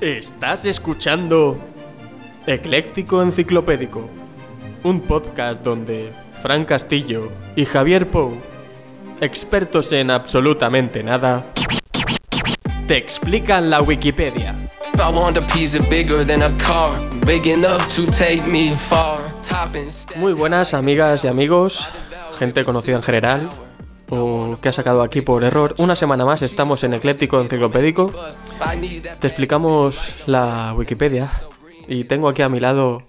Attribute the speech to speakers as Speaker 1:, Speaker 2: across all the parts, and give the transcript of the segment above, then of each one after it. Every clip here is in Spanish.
Speaker 1: Estás escuchando Ecléctico Enciclopédico, un podcast donde Fran Castillo y Javier Pou, expertos en absolutamente nada, te explican la Wikipedia.
Speaker 2: I want a pizza bigger than a car, big enough to take me far. Top and step.
Speaker 1: Muy buenas amigas y amigos, gente conocida en general, o que ha sacado aquí por error. Una semana más estamos en Ecléctico Enciclopédico.
Speaker 2: But I need that
Speaker 1: Te explicamos la Wikipedia y tengo aquí a mi lado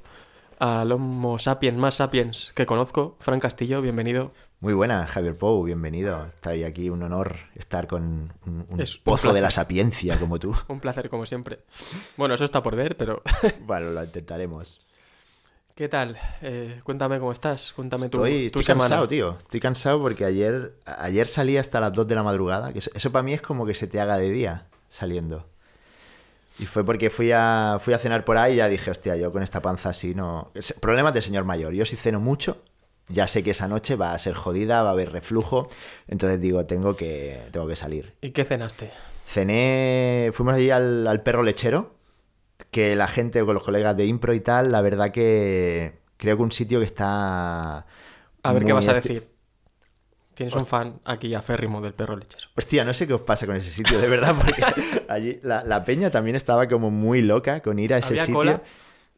Speaker 1: al Homo sapiens más sapiens que conozco, Fran Castillo, bienvenido.
Speaker 3: Muy buena, Javier Pou, bienvenido. Estáis aquí, un honor estar con un, un
Speaker 1: Es un
Speaker 3: pozo de
Speaker 1: placer.
Speaker 3: la sapiencia como tú.
Speaker 1: Un placer como siempre. Bueno, eso está por ver, pero
Speaker 3: Bueno, lo intentaremos.
Speaker 1: ¿qué tal? Eh, cuéntame cómo estás, cuéntame tu,
Speaker 3: Estoy,
Speaker 1: tu
Speaker 3: estoy
Speaker 1: semana.
Speaker 3: cansado, tío. Estoy cansado porque ayer, a- ayer salí hasta las 2 de la madrugada. Que eso, eso para mí es como que se te haga de día saliendo. Y fue porque fui a, fui a cenar por ahí y ya dije, hostia, yo con esta panza así no... Es- Problemas de señor mayor. Yo si ceno mucho, ya sé que esa noche va a ser jodida, va a haber reflujo. Entonces digo, tengo que, tengo que salir.
Speaker 1: ¿Y qué cenaste?
Speaker 3: Cené, fuimos allí al, al perro lechero, que la gente con los colegas de impro y tal, la verdad que creo que un sitio que está...
Speaker 1: A ver qué
Speaker 3: muy
Speaker 1: vas a
Speaker 3: esti-
Speaker 1: decir. Tienes un fan aquí aférrimo del perro lechero.
Speaker 3: Hostia, no sé qué os pasa con ese sitio, de verdad, porque allí la, la peña también estaba como muy loca con ir a ese
Speaker 1: ¿Había
Speaker 3: sitio.
Speaker 1: cola?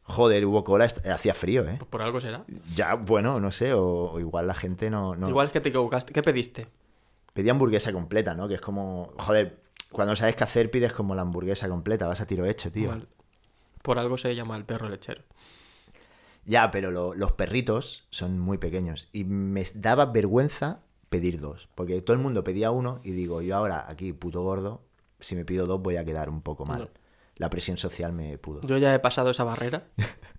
Speaker 3: Joder, hubo cola, est- hacía frío, ¿eh?
Speaker 1: Pues por algo será.
Speaker 3: Ya, bueno, no sé, o, o igual la gente no... no-
Speaker 1: Igual es que te equivocaste. ¿Qué pediste?
Speaker 3: Pedí hamburguesa completa, ¿no? Que es como... Joder, cuando sabes qué hacer pides como la hamburguesa completa, vas a tiro hecho, tío.
Speaker 1: Mal. Por algo se llama el perro lechero.
Speaker 3: Ya, pero lo- los perritos son muy pequeños y me daba vergüenza pedir dos, porque todo el mundo pedía uno y digo, yo ahora aquí, puto gordo, si me pido dos voy a quedar un poco mal.
Speaker 1: No.
Speaker 3: La presión social me pudo.
Speaker 1: Yo ya he pasado esa barrera.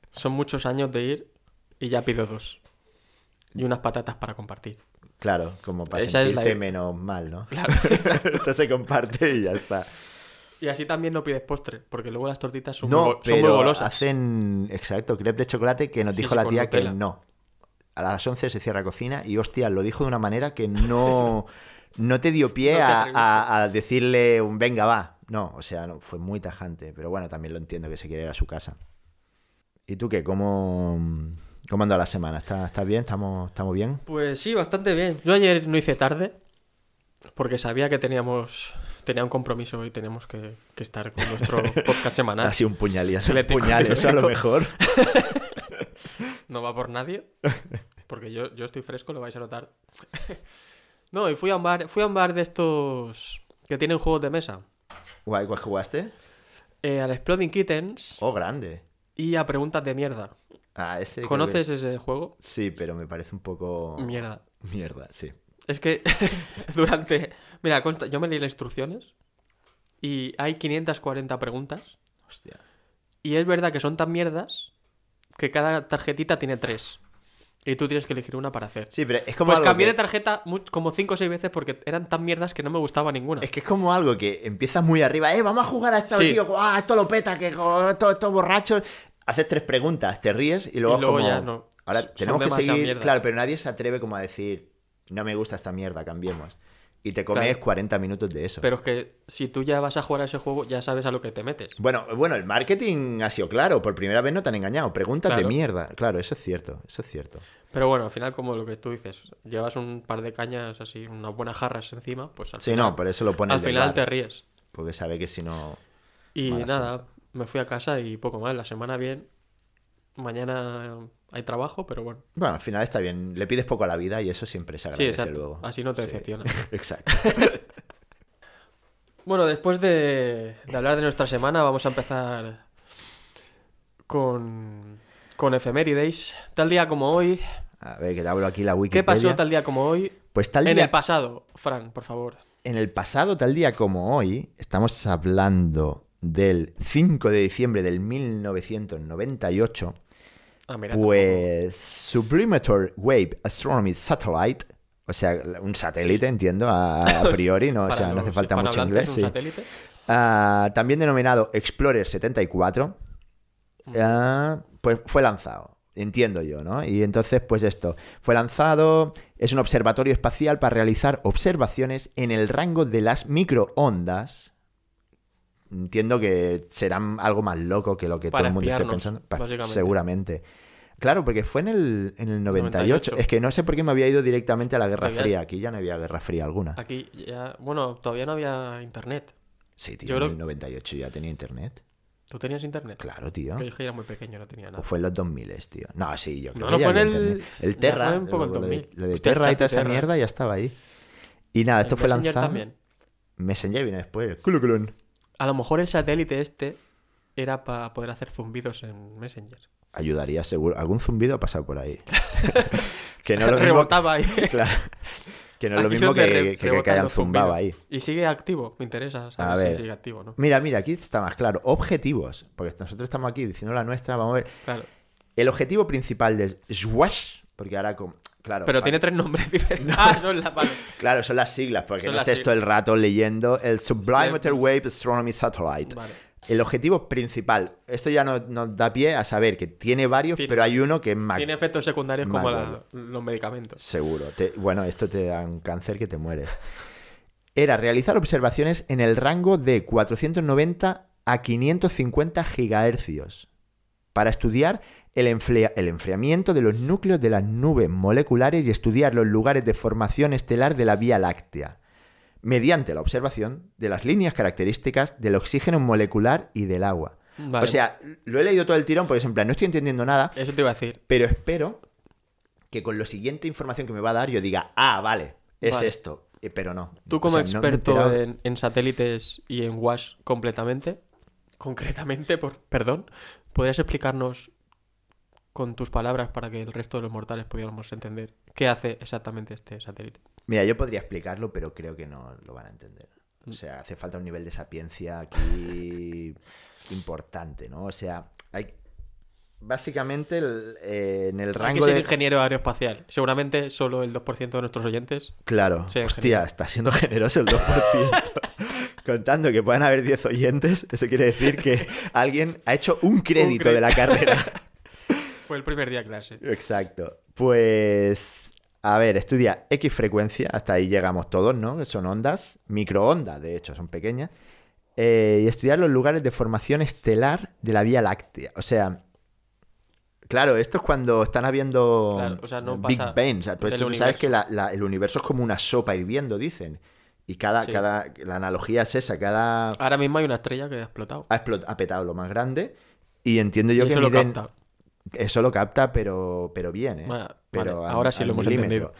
Speaker 1: Son muchos años de ir y ya pido dos. Y unas patatas para compartir.
Speaker 3: Claro, como para
Speaker 1: Esa es la
Speaker 3: sentirte
Speaker 1: idea.
Speaker 3: menos mal, ¿no?
Speaker 1: Claro.
Speaker 3: Esto se comparte y ya está.
Speaker 1: y así también no pides postre, porque luego las tortitas son, muy,
Speaker 3: No,
Speaker 1: go- son muy
Speaker 3: pero
Speaker 1: golosas.
Speaker 3: hacen, exacto, crepe de chocolate que nos
Speaker 1: Sí,
Speaker 3: dijo
Speaker 1: sí,
Speaker 3: la
Speaker 1: con
Speaker 3: tía
Speaker 1: Nutella.
Speaker 3: que no. A las 11 se cierra cocina y hostia, lo dijo de una manera que no, no te dio pie
Speaker 1: No te
Speaker 3: a,
Speaker 1: atreviste.
Speaker 3: a- a decirle un venga va. No, o sea, no, fue muy tajante, pero bueno, también lo entiendo que se quiere ir a su casa. ¿Y tú qué? ¿Cómo, cómo anda la semana? ¿Estás, estás bien? ¿Estamos, ¿Estamos bien?
Speaker 1: Pues sí, bastante bien. Yo ayer no hice tarde porque sabía que teníamos tenía un compromiso y teníamos que, que estar con nuestro podcast semanal.
Speaker 3: Ha sido un puñal y ha sido un
Speaker 1: Atlético,
Speaker 3: puñal, eso a lo
Speaker 1: Atlético.
Speaker 3: mejor.
Speaker 1: No va por nadie porque yo, yo estoy fresco, lo vais a notar. no, y fui a un bar, fui a un bar de estos que tienen juegos de mesa.
Speaker 3: Guay, ¿cuál jugaste?
Speaker 1: eh, al Exploding Kittens
Speaker 3: Oh, grande.
Speaker 1: y a Preguntas de Mierda.
Speaker 3: Ah, ese creo que- Oh.
Speaker 1: ¿Conoces ese juego?
Speaker 3: Sí, pero me parece un poco...
Speaker 1: Mierda.
Speaker 3: Mierda, sí.
Speaker 1: Es que durante... Mira, consta, yo me leí las instrucciones y hay 540 preguntas
Speaker 3: Hostia.
Speaker 1: y es verdad que son tan mierdas que cada tarjetita tiene tres. Y tú tienes que elegir una para hacer.
Speaker 3: Sí, pero es como
Speaker 1: pues
Speaker 3: algo
Speaker 1: cambié
Speaker 3: que-
Speaker 1: de tarjeta mu- como 5 o 6 veces porque eran tan mierdas que no me gustaba ninguna.
Speaker 3: Es que es como algo que empiezas muy arriba, eh, vamos a jugar a esto,
Speaker 1: Sí.
Speaker 3: tío, ¡guau! esto lo peta, que go- esto, esto borracho. Haces tres preguntas, te ríes y luego,
Speaker 1: Y luego
Speaker 3: es como,
Speaker 1: ya no.
Speaker 3: Ahora
Speaker 1: Son
Speaker 3: tenemos que
Speaker 1: demasiada
Speaker 3: seguir,
Speaker 1: mierda.
Speaker 3: claro, pero nadie se atreve como a decir, no me gusta esta mierda, cambiemos. Y te comes
Speaker 1: Claro.
Speaker 3: 40 minutos de eso.
Speaker 1: Pero es que si tú ya vas a jugar a ese juego ya sabes a lo que te metes.
Speaker 3: Bueno, bueno, el marketing ha sido claro, por primera vez no te han engañado, preguntas
Speaker 1: Claro.
Speaker 3: de mierda. Claro, eso es cierto, eso es cierto.
Speaker 1: Pero bueno, al final como lo que tú dices, llevas un par de cañas así, unas buenas jarras encima, pues al
Speaker 3: Sí,
Speaker 1: final,
Speaker 3: no, por eso lo pone
Speaker 1: al
Speaker 3: el del
Speaker 1: final
Speaker 3: bar,
Speaker 1: te ríes.
Speaker 3: Porque sabe que si no...
Speaker 1: Y
Speaker 3: Mal
Speaker 1: nada, me fui a casa y poco más. La semana bien. Mañana hay trabajo, pero bueno.
Speaker 3: Bueno, al final está bien, le pides poco a la vida y eso siempre
Speaker 1: Sí,
Speaker 3: se agradece
Speaker 1: exacto.
Speaker 3: luego.
Speaker 1: Así no te
Speaker 3: Sí.
Speaker 1: decepciona.
Speaker 3: Exacto.
Speaker 1: Bueno, después de, de hablar de nuestra semana, vamos a empezar con, con efemérides. Tal día como hoy.
Speaker 3: A ver, que te abro aquí la
Speaker 1: ¿Qué
Speaker 3: Wikipedia.
Speaker 1: pasó tal día como hoy?
Speaker 3: Pues tal
Speaker 1: en
Speaker 3: día,
Speaker 1: el pasado, Fran, por favor.
Speaker 3: en el pasado, tal día como hoy, estamos hablando del 5 de diciembre del 1998,
Speaker 1: Ah, mira.
Speaker 3: pues Sublimator Wave Astronomy Satellite, o sea, un satélite, entiendo, a, a priori, no, o
Speaker 1: para
Speaker 3: sea, no hace
Speaker 1: los
Speaker 3: falta mucho
Speaker 1: hispanohablantes,
Speaker 3: inglés.
Speaker 1: un
Speaker 3: sí.
Speaker 1: satélite.
Speaker 3: Ah, también denominado Explorer 74, ah, pues fue lanzado. Entiendo yo, ¿no? Y entonces, pues esto, fue lanzado, es un observatorio espacial para realizar observaciones en el rango de las microondas, entiendo que serán algo más loco que lo que
Speaker 1: Para
Speaker 3: todo el mundo esté
Speaker 1: espiarnos,
Speaker 3: pensando. Pa-
Speaker 1: básicamente.
Speaker 3: Seguramente. Claro, porque fue en el, en el 98.
Speaker 1: 98.
Speaker 3: Es que no sé por qué me había ido directamente a la Guerra
Speaker 1: Te habías-
Speaker 3: Fría. Aquí ya no había Guerra Fría alguna.
Speaker 1: Aquí ya. Bueno, todavía no había internet.
Speaker 3: Sí, tío,
Speaker 1: yo creo-
Speaker 3: en el 98 ya tenía internet.
Speaker 1: ¿Tú tenías internet?
Speaker 3: Claro, tío.
Speaker 1: Que yo es que era muy pequeño, no tenía
Speaker 3: O
Speaker 1: nada.
Speaker 3: fue en los 2000, tío. No, sí, yo
Speaker 1: No,
Speaker 3: creo que
Speaker 1: no
Speaker 3: ya
Speaker 1: fue en
Speaker 3: había
Speaker 1: el-
Speaker 3: internet. El
Speaker 1: ya
Speaker 3: Terra,
Speaker 1: fue un poco en
Speaker 3: lo de-
Speaker 1: 2000.
Speaker 3: lo de
Speaker 1: Hostia,
Speaker 3: Terra y toda esa
Speaker 1: Terra.
Speaker 3: mierda ya estaba ahí. Y nada, esto
Speaker 1: El
Speaker 3: fue
Speaker 1: Messenger
Speaker 3: lanzado.
Speaker 1: también.
Speaker 3: Messenger vino después. Culuculun.
Speaker 1: A lo mejor el satélite este era para poder hacer zumbidos en Messenger.
Speaker 3: Ayudaría seguro. Algún zumbido ha pasado por ahí. que no es lo mismo.
Speaker 1: Rebotaba ahí.
Speaker 3: Claro. Que no es lo
Speaker 1: Aquí
Speaker 3: mismo que,
Speaker 1: donde re-
Speaker 3: que- que
Speaker 1: rebotan
Speaker 3: hayan
Speaker 1: los
Speaker 3: zumbado ahí.
Speaker 1: zumbidos. Y sigue activo, me interesa
Speaker 3: A
Speaker 1: saber
Speaker 3: ver.
Speaker 1: si sigue activo, ¿no?
Speaker 3: Mira, mira, aquí está más claro. Objetivos. Porque nosotros estamos aquí diciendo la nuestra. Vamos a ver.
Speaker 1: Claro.
Speaker 3: El objetivo principal del Swash. Porque ahora, con- claro.
Speaker 1: Pero
Speaker 3: pa-
Speaker 1: tiene tres nombres diferentes. Ah, son las vale.
Speaker 3: Claro, son las siglas, porque
Speaker 1: Son
Speaker 3: no
Speaker 1: las
Speaker 3: estés
Speaker 1: sig-
Speaker 3: todo el rato leyendo el Sublime
Speaker 1: Sí.
Speaker 3: Wave Astronomy Satellite.
Speaker 1: Vale.
Speaker 3: El objetivo principal, esto ya no- nos da pie a saber que tiene varios,
Speaker 1: Tiene-
Speaker 3: pero hay uno que es más
Speaker 1: Tiene efectos secundarios
Speaker 3: me
Speaker 1: como la-
Speaker 3: acuerdo.
Speaker 1: los medicamentos.
Speaker 3: seguro. Te- bueno, esto te da un cáncer que te mueres. Era realizar observaciones en el rango de 490 a 550 gigahercios para estudiar el, enfria- el enfriamiento de los núcleos de las nubes moleculares y estudiar los lugares de formación estelar de la Vía Láctea, mediante la observación de las líneas características del oxígeno molecular y del agua.
Speaker 1: Vale.
Speaker 3: O sea, lo he leído todo el tirón, porque es en plan, no estoy entendiendo nada,
Speaker 1: Eso te iba a decir.
Speaker 3: pero espero que con la siguiente información que me va a dar yo diga, ah, vale, es
Speaker 1: Vale.
Speaker 3: esto. Eh, Pero no.
Speaker 1: Tú
Speaker 3: O
Speaker 1: como
Speaker 3: sea, no me he
Speaker 1: experto
Speaker 3: enterado-
Speaker 1: en, en satélites y en WASH completamente, concretamente, por, perdón, ¿podrías explicarnos con tus palabras para que el resto de los mortales pudiéramos entender qué hace exactamente este satélite?
Speaker 3: Mira, yo podría explicarlo, pero creo que no lo van a entender. O sea, hace falta un nivel de sapiencia aquí importante, ¿no? O sea, hay... Básicamente el- eh, en el
Speaker 1: Hay que
Speaker 3: rango
Speaker 1: ser
Speaker 3: de...
Speaker 1: ingeniero aeroespacial. Seguramente solo el 2% de nuestros oyentes.
Speaker 3: Claro.
Speaker 1: Sí, en
Speaker 3: Hostia,
Speaker 1: general.
Speaker 3: está siendo generoso el 2%. Contando que puedan haber 10 oyentes, eso quiere decir que alguien ha hecho un crédito
Speaker 1: cre-
Speaker 3: de la carrera.
Speaker 1: Fue el primer día de clase.
Speaker 3: Exacto. Pues, a ver, estudia X frecuencia, hasta ahí llegamos todos, ¿no? Que Son ondas, microondas, de hecho, son pequeñas. Eh, y estudiar los lugares de formación estelar de la Vía Láctea. O sea, claro, esto es cuando están habiendo
Speaker 1: Claro, o sea, no
Speaker 3: Big
Speaker 1: pasa
Speaker 3: Bang. O sea, tú,
Speaker 1: del
Speaker 3: tú sabes
Speaker 1: universo.
Speaker 3: que la- la- el universo es como una sopa hirviendo, dicen. Y cada,
Speaker 1: Sí. Ah.
Speaker 3: cada, la analogía es esa, cada
Speaker 1: Ahora mismo hay una estrella que ha explotado.
Speaker 3: ha, explot- ha petado lo más grande. Y entiendo
Speaker 1: Y
Speaker 3: yo que
Speaker 1: eso lo
Speaker 3: miden-
Speaker 1: capta.
Speaker 3: eso lo capta, pero, pero bien, ¿eh?
Speaker 1: Vale, vale,
Speaker 3: Pero al-
Speaker 1: ahora sí
Speaker 3: al
Speaker 1: lo hemos
Speaker 3: milímetro.
Speaker 1: entendido.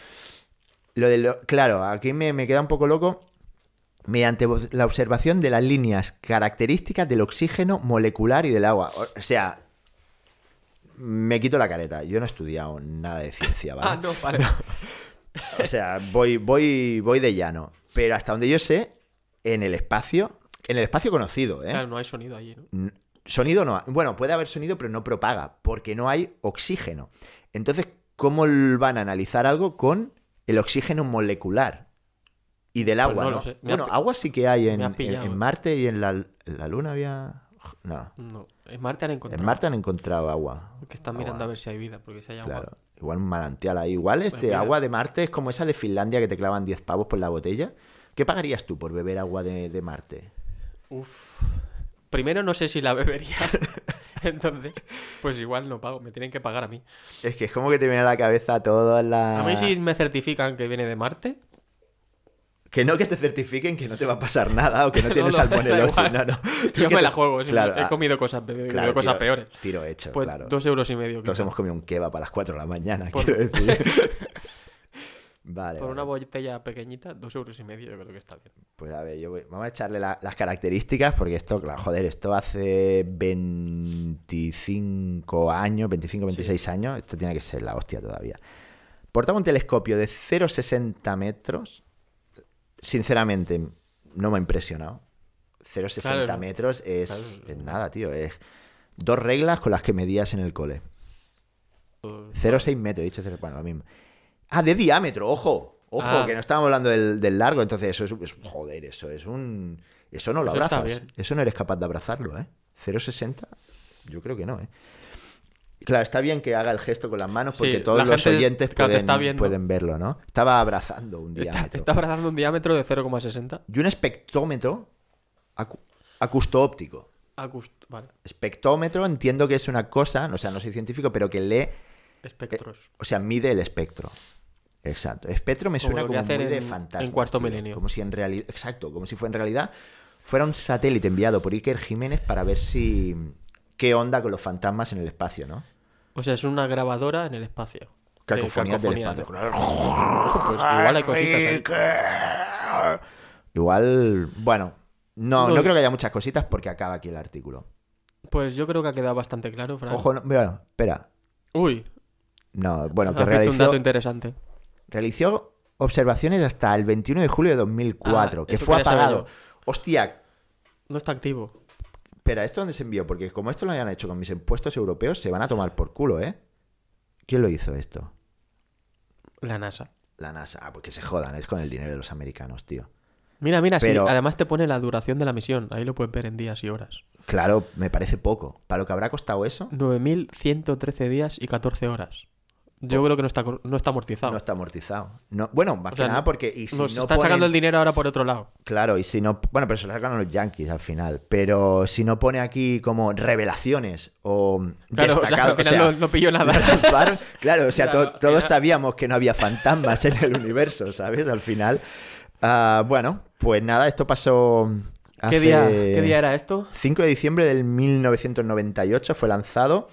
Speaker 3: Lo de lo- claro, aquí me, me queda un poco loco. Mediante vo- la observación de las líneas características del oxígeno molecular y del agua. O- O sea, me quito la careta. Yo no he estudiado nada de ciencia, ¿vale? ¿Eh?
Speaker 1: Ah, no, vale.
Speaker 3: O sea, voy, voy, voy de llano. Pero hasta donde yo sé, en el espacio, en el espacio conocido, ¿eh?
Speaker 1: Claro, no hay sonido allí, ¿no?
Speaker 3: N- Sonido no. ha- Bueno, puede haber sonido, pero no propaga, porque no hay oxígeno. Entonces, ¿cómo l- van a analizar algo con el oxígeno molecular? Y del agua,
Speaker 1: Pues no
Speaker 3: ¿no?
Speaker 1: lo sé. Me
Speaker 3: Bueno,
Speaker 1: ha pi-
Speaker 3: agua sí que hay en,
Speaker 1: me ha
Speaker 3: en-
Speaker 1: pillado,
Speaker 3: en
Speaker 1: eh.
Speaker 3: Marte y en la, en la Luna había... No,
Speaker 1: No. En Marte han encontrado.
Speaker 3: en Marte han encontrado agua.
Speaker 1: Que están
Speaker 3: Agua,
Speaker 1: mirando a ver si hay vida, porque si hay agua. Pues
Speaker 3: Claro, igual un manantial ahí. Igual este
Speaker 1: mira.
Speaker 3: agua de Marte es como esa de Finlandia que te clavan 10 pavos por la botella. ¿Qué pagarías tú por beber agua de- de Marte?
Speaker 1: Uf. Primero no sé si la bebería. Entonces, pues igual no pago, me tienen que pagar a mí.
Speaker 3: Es que es como que te viene a la cabeza todas las...
Speaker 1: A mí si me certifican que viene de Marte,
Speaker 3: Que no que te certifiquen que no te va a pasar nada o que no tienes
Speaker 1: no, da
Speaker 3: salmonelosis.
Speaker 1: igual.
Speaker 3: No, no. Tú
Speaker 1: yo
Speaker 3: que
Speaker 1: me
Speaker 3: te-
Speaker 1: la juego. sí,
Speaker 3: Claro,
Speaker 1: he
Speaker 3: ah,
Speaker 1: comido cosas, he bebido
Speaker 3: claro,
Speaker 1: cosas
Speaker 3: tiro-
Speaker 1: peores.
Speaker 3: Tiro hecho,
Speaker 1: Pues
Speaker 3: claro.
Speaker 1: dos euros y medio.
Speaker 3: Todos
Speaker 1: quizá.
Speaker 3: hemos comido un kebab a las 4 de la mañana,
Speaker 1: Por-
Speaker 3: quiero decir. vale.
Speaker 1: Por
Speaker 3: vale.
Speaker 1: una botella pequeñita, dos euros y medio, yo creo que está bien.
Speaker 3: Pues a ver, yo voy- vamos a echarle la- las características porque esto, claro, joder, esto hace 25 años, 25, 26 años, esto tiene que ser la hostia todavía. Portaba un telescopio de 0,60 metros. Sinceramente, no me ha impresionado. 0,60
Speaker 1: Claro, no.
Speaker 3: metros es,
Speaker 1: Claro.
Speaker 3: es nada, tío. Es dos reglas con las que medías en el cole. 0,6 metros, he dicho cero- bueno, lo mismo. Ah, de diámetro, ojo. Ojo,
Speaker 1: Ah.
Speaker 3: que no estábamos hablando del, del largo, entonces eso es, es- Joder, eso es un. Eso no lo
Speaker 1: Eso está
Speaker 3: abrazas.
Speaker 1: bien.
Speaker 3: Eso no eres capaz de abrazarlo, ¿eh? 0,60, yo creo que no, ¿eh? Claro, está bien que haga el gesto con las manos porque
Speaker 1: Sí,
Speaker 3: todos
Speaker 1: la
Speaker 3: los
Speaker 1: gente,
Speaker 3: oyentes
Speaker 1: claro, te
Speaker 3: pueden,
Speaker 1: está viendo.
Speaker 3: pueden verlo, ¿no? Estaba abrazando un
Speaker 1: Está,
Speaker 3: diámetro.
Speaker 1: está abrazando un diámetro de 0,60.
Speaker 3: Y un espectrómetro a, cu- Acusto óptico.
Speaker 1: Acust- Vale,
Speaker 3: Espectrómetro entiendo que es una cosa, o sea, no soy científico, pero que lee,
Speaker 1: espectros.
Speaker 3: o sea, mide el espectro. Exacto. Espectro me
Speaker 1: Como
Speaker 3: suena
Speaker 1: lo que
Speaker 3: como,
Speaker 1: hacen
Speaker 3: muy de
Speaker 1: en-
Speaker 3: fantasma.
Speaker 1: en Cuarto
Speaker 3: tío.
Speaker 1: Milenio.
Speaker 3: Como si en realidad, exacto, como si fue en realidad fuera un satélite enviado por Iker Jiménez para ver si qué onda con los fantasmas en el espacio, ¿no?
Speaker 1: O sea, es una grabadora en el espacio. De
Speaker 3: Cacofonías del
Speaker 1: cacofonía, ¿no?
Speaker 3: espacio.
Speaker 1: Pues igual hay cositas ahí.
Speaker 3: Igual, bueno, no,
Speaker 1: No.
Speaker 3: no creo que haya muchas cositas porque acaba aquí el artículo.
Speaker 1: Pues yo creo que ha quedado bastante claro, Fran.
Speaker 3: Ojo, no- bueno, espera.
Speaker 1: Uy,
Speaker 3: No, bueno, que
Speaker 1: has visto un
Speaker 3: realizó,
Speaker 1: dato interesante.
Speaker 3: realizó observaciones hasta el 21 de julio de 2004,
Speaker 1: Ah,
Speaker 3: que
Speaker 1: eso
Speaker 3: fue
Speaker 1: quería saber
Speaker 3: apagado. Hostia,
Speaker 1: No está activo.
Speaker 3: espera, ¿esto dónde se envió? Porque como esto lo hayan hecho con mis impuestos europeos, se van a tomar por culo, ¿eh? ¿Quién lo hizo esto?
Speaker 1: La NASA.
Speaker 3: La NASA. Ah, pues que se jodan, es con el dinero de los americanos, tío.
Speaker 1: Mira, mira, sí,
Speaker 3: Pero-
Speaker 1: además te pone la duración de la misión. Ahí lo puedes ver en días y horas.
Speaker 3: Claro, me parece poco. Para lo que habrá costado eso,
Speaker 1: 9.113 días y 14 horas. Yo creo que no está, cor- no está amortizado.
Speaker 3: no está amortizado. No, bueno, más
Speaker 1: O
Speaker 3: que
Speaker 1: sea,
Speaker 3: nada porque... Y si
Speaker 1: Nos
Speaker 3: no
Speaker 1: están sacando
Speaker 3: ponen-
Speaker 1: el dinero ahora por otro lado.
Speaker 3: Claro, y si no. Bueno, pero se lo sacan a los Yankees al final. Pero si no pone aquí como revelaciones o.
Speaker 1: Claro, o sea,
Speaker 3: destacado,
Speaker 1: al final no, no pilló nada.
Speaker 3: lanzaron- claro, o sea,
Speaker 1: Claro,
Speaker 3: to-
Speaker 1: al
Speaker 3: todos
Speaker 1: final-
Speaker 3: sabíamos que no había fantasmas en el universo, ¿sabes? Al final. Ah, bueno, pues nada, esto pasó. Hace...
Speaker 1: ¿Qué, día, ¿Qué día era esto?
Speaker 3: 5 de diciembre del 1998 fue lanzado.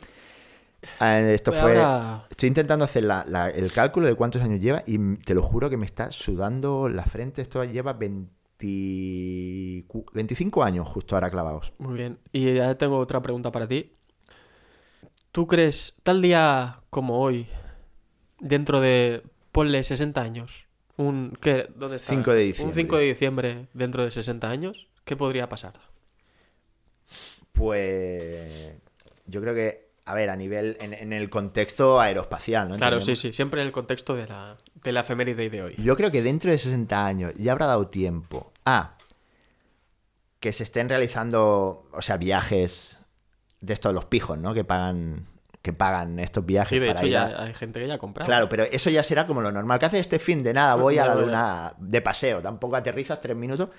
Speaker 3: Ah, Esto
Speaker 1: Pues
Speaker 3: fue.
Speaker 1: ahora-
Speaker 3: Estoy intentando hacer la- la- el cálculo de cuántos años lleva y m- te lo juro que me está sudando la frente. Esto lleva 20 cu- 25 años justo ahora clavados.
Speaker 1: Muy bien. Y ya tengo otra pregunta para ti. ¿Tú crees, tal día como hoy, dentro de, ponle 60 años, un, ¿qué, ¿dónde está?
Speaker 3: 5 de
Speaker 1: Un
Speaker 3: diciembre.
Speaker 1: 5 de diciembre dentro de 60 años, ¿qué podría pasar?
Speaker 3: Pues yo creo que, a ver, a nivel, en, en el contexto aeroespacial, ¿no?
Speaker 1: Claro, sí,
Speaker 3: Entendemos.
Speaker 1: sí, siempre en el contexto de la, de la efeméride de hoy.
Speaker 3: Yo creo que dentro de 60 años ya habrá dado tiempo a que se estén realizando, o sea, viajes de estos los pijos, ¿no? Que pagan, que pagan estos viajes
Speaker 1: Sí, de
Speaker 3: para
Speaker 1: hecho
Speaker 3: ir a-
Speaker 1: ya hay gente que ya ha comprado.
Speaker 3: Claro, pero eso ya será como lo normal. que hace este fin? De nada, voy a
Speaker 1: Ya
Speaker 3: la
Speaker 1: voy a-
Speaker 3: luna de paseo. Tampoco aterrizas tres minutos.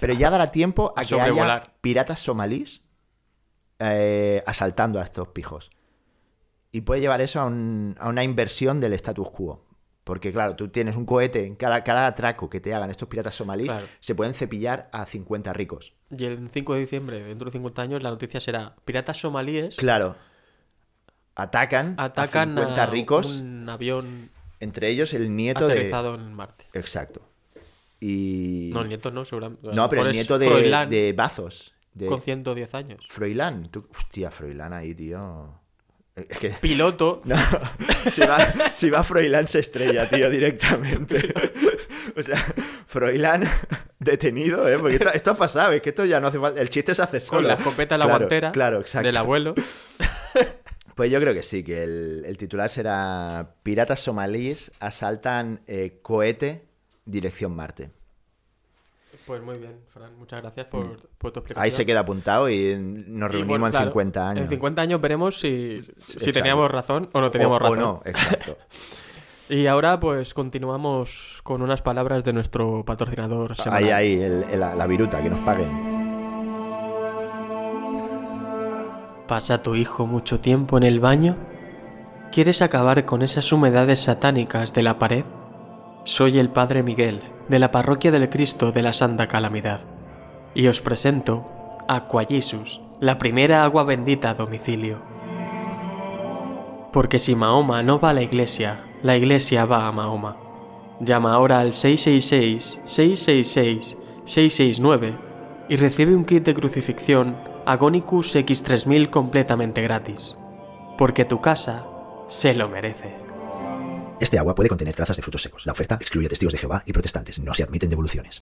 Speaker 3: Pero ya dará tiempo a,
Speaker 1: A
Speaker 3: que haya
Speaker 1: sobrevolar.
Speaker 3: piratas somalíes eh, asaltando a estos pijos. Y puede llevar eso a, un- a una inversión del status quo. Porque, claro, tú tienes un cohete en cada, cada atraco que te hagan estos piratas somalíes,
Speaker 1: Claro.
Speaker 3: se pueden cepillar a 50 ricos.
Speaker 1: Y el 5 de diciembre, dentro de 50 años, la noticia será piratas somalíes
Speaker 3: Claro. Atacan,
Speaker 1: atacan
Speaker 3: a 50
Speaker 1: a
Speaker 3: ricos,
Speaker 1: un avión
Speaker 3: entre ellos el nieto de.
Speaker 1: aterrizado en Marte.
Speaker 3: Exacto. Y.
Speaker 1: No, el nieto no, seguramente.
Speaker 3: No, pero el nieto de,
Speaker 1: Froilán,
Speaker 3: de Bazos. De
Speaker 1: Con 110 años.
Speaker 3: Froilán. Tú- Hostia, Froilán ahí, tío. Es que.
Speaker 1: Piloto.
Speaker 3: No, si va, si va Froilán se estrella, tío, directamente. O sea, Froilán detenido, ¿eh? Porque esto, esto ha pasado, es que esto ya no hace falta. El chiste se hace solo.
Speaker 1: Con la escopeta en la
Speaker 3: Claro,
Speaker 1: guantera
Speaker 3: Claro, exacto.
Speaker 1: del abuelo.
Speaker 3: Pues yo creo que sí, que el, el titular será Piratas somalíes asaltan eh, cohete dirección Marte.
Speaker 1: Pues muy bien, Fran, muchas gracias por, por tu explicación.
Speaker 3: Mm. Ahí se queda apuntado y nos
Speaker 1: Y,
Speaker 3: reunimos
Speaker 1: bueno,
Speaker 3: en
Speaker 1: claro,
Speaker 3: 50 años.
Speaker 1: En 50 años veremos si, si
Speaker 3: Exacto.
Speaker 1: teníamos razón o no teníamos
Speaker 3: O-
Speaker 1: razón.
Speaker 3: O no, exacto.
Speaker 1: Y ahora pues continuamos con unas palabras de nuestro patrocinador semanal.
Speaker 3: Ahí, ahí, el- el- la, la viruta, que nos paguen.
Speaker 1: ¿Pasa tu hijo mucho tiempo en el baño? ¿Quieres acabar con esas humedades satánicas de la pared? Soy el Padre Miguel, de la Parroquia del Cristo de la Santa Calamidad, y os presento Aquajisus, la primera agua bendita a domicilio. Porque si Mahoma no va a la iglesia, la iglesia va a Mahoma. Llama ahora al 666-666-669 y recibe un kit de crucifixión Agonicus X3000 completamente gratis. Porque tu casa se lo merece.
Speaker 4: Este agua puede contener trazas de frutos secos. La oferta excluye testigos de Jehová y protestantes. No se admiten devoluciones.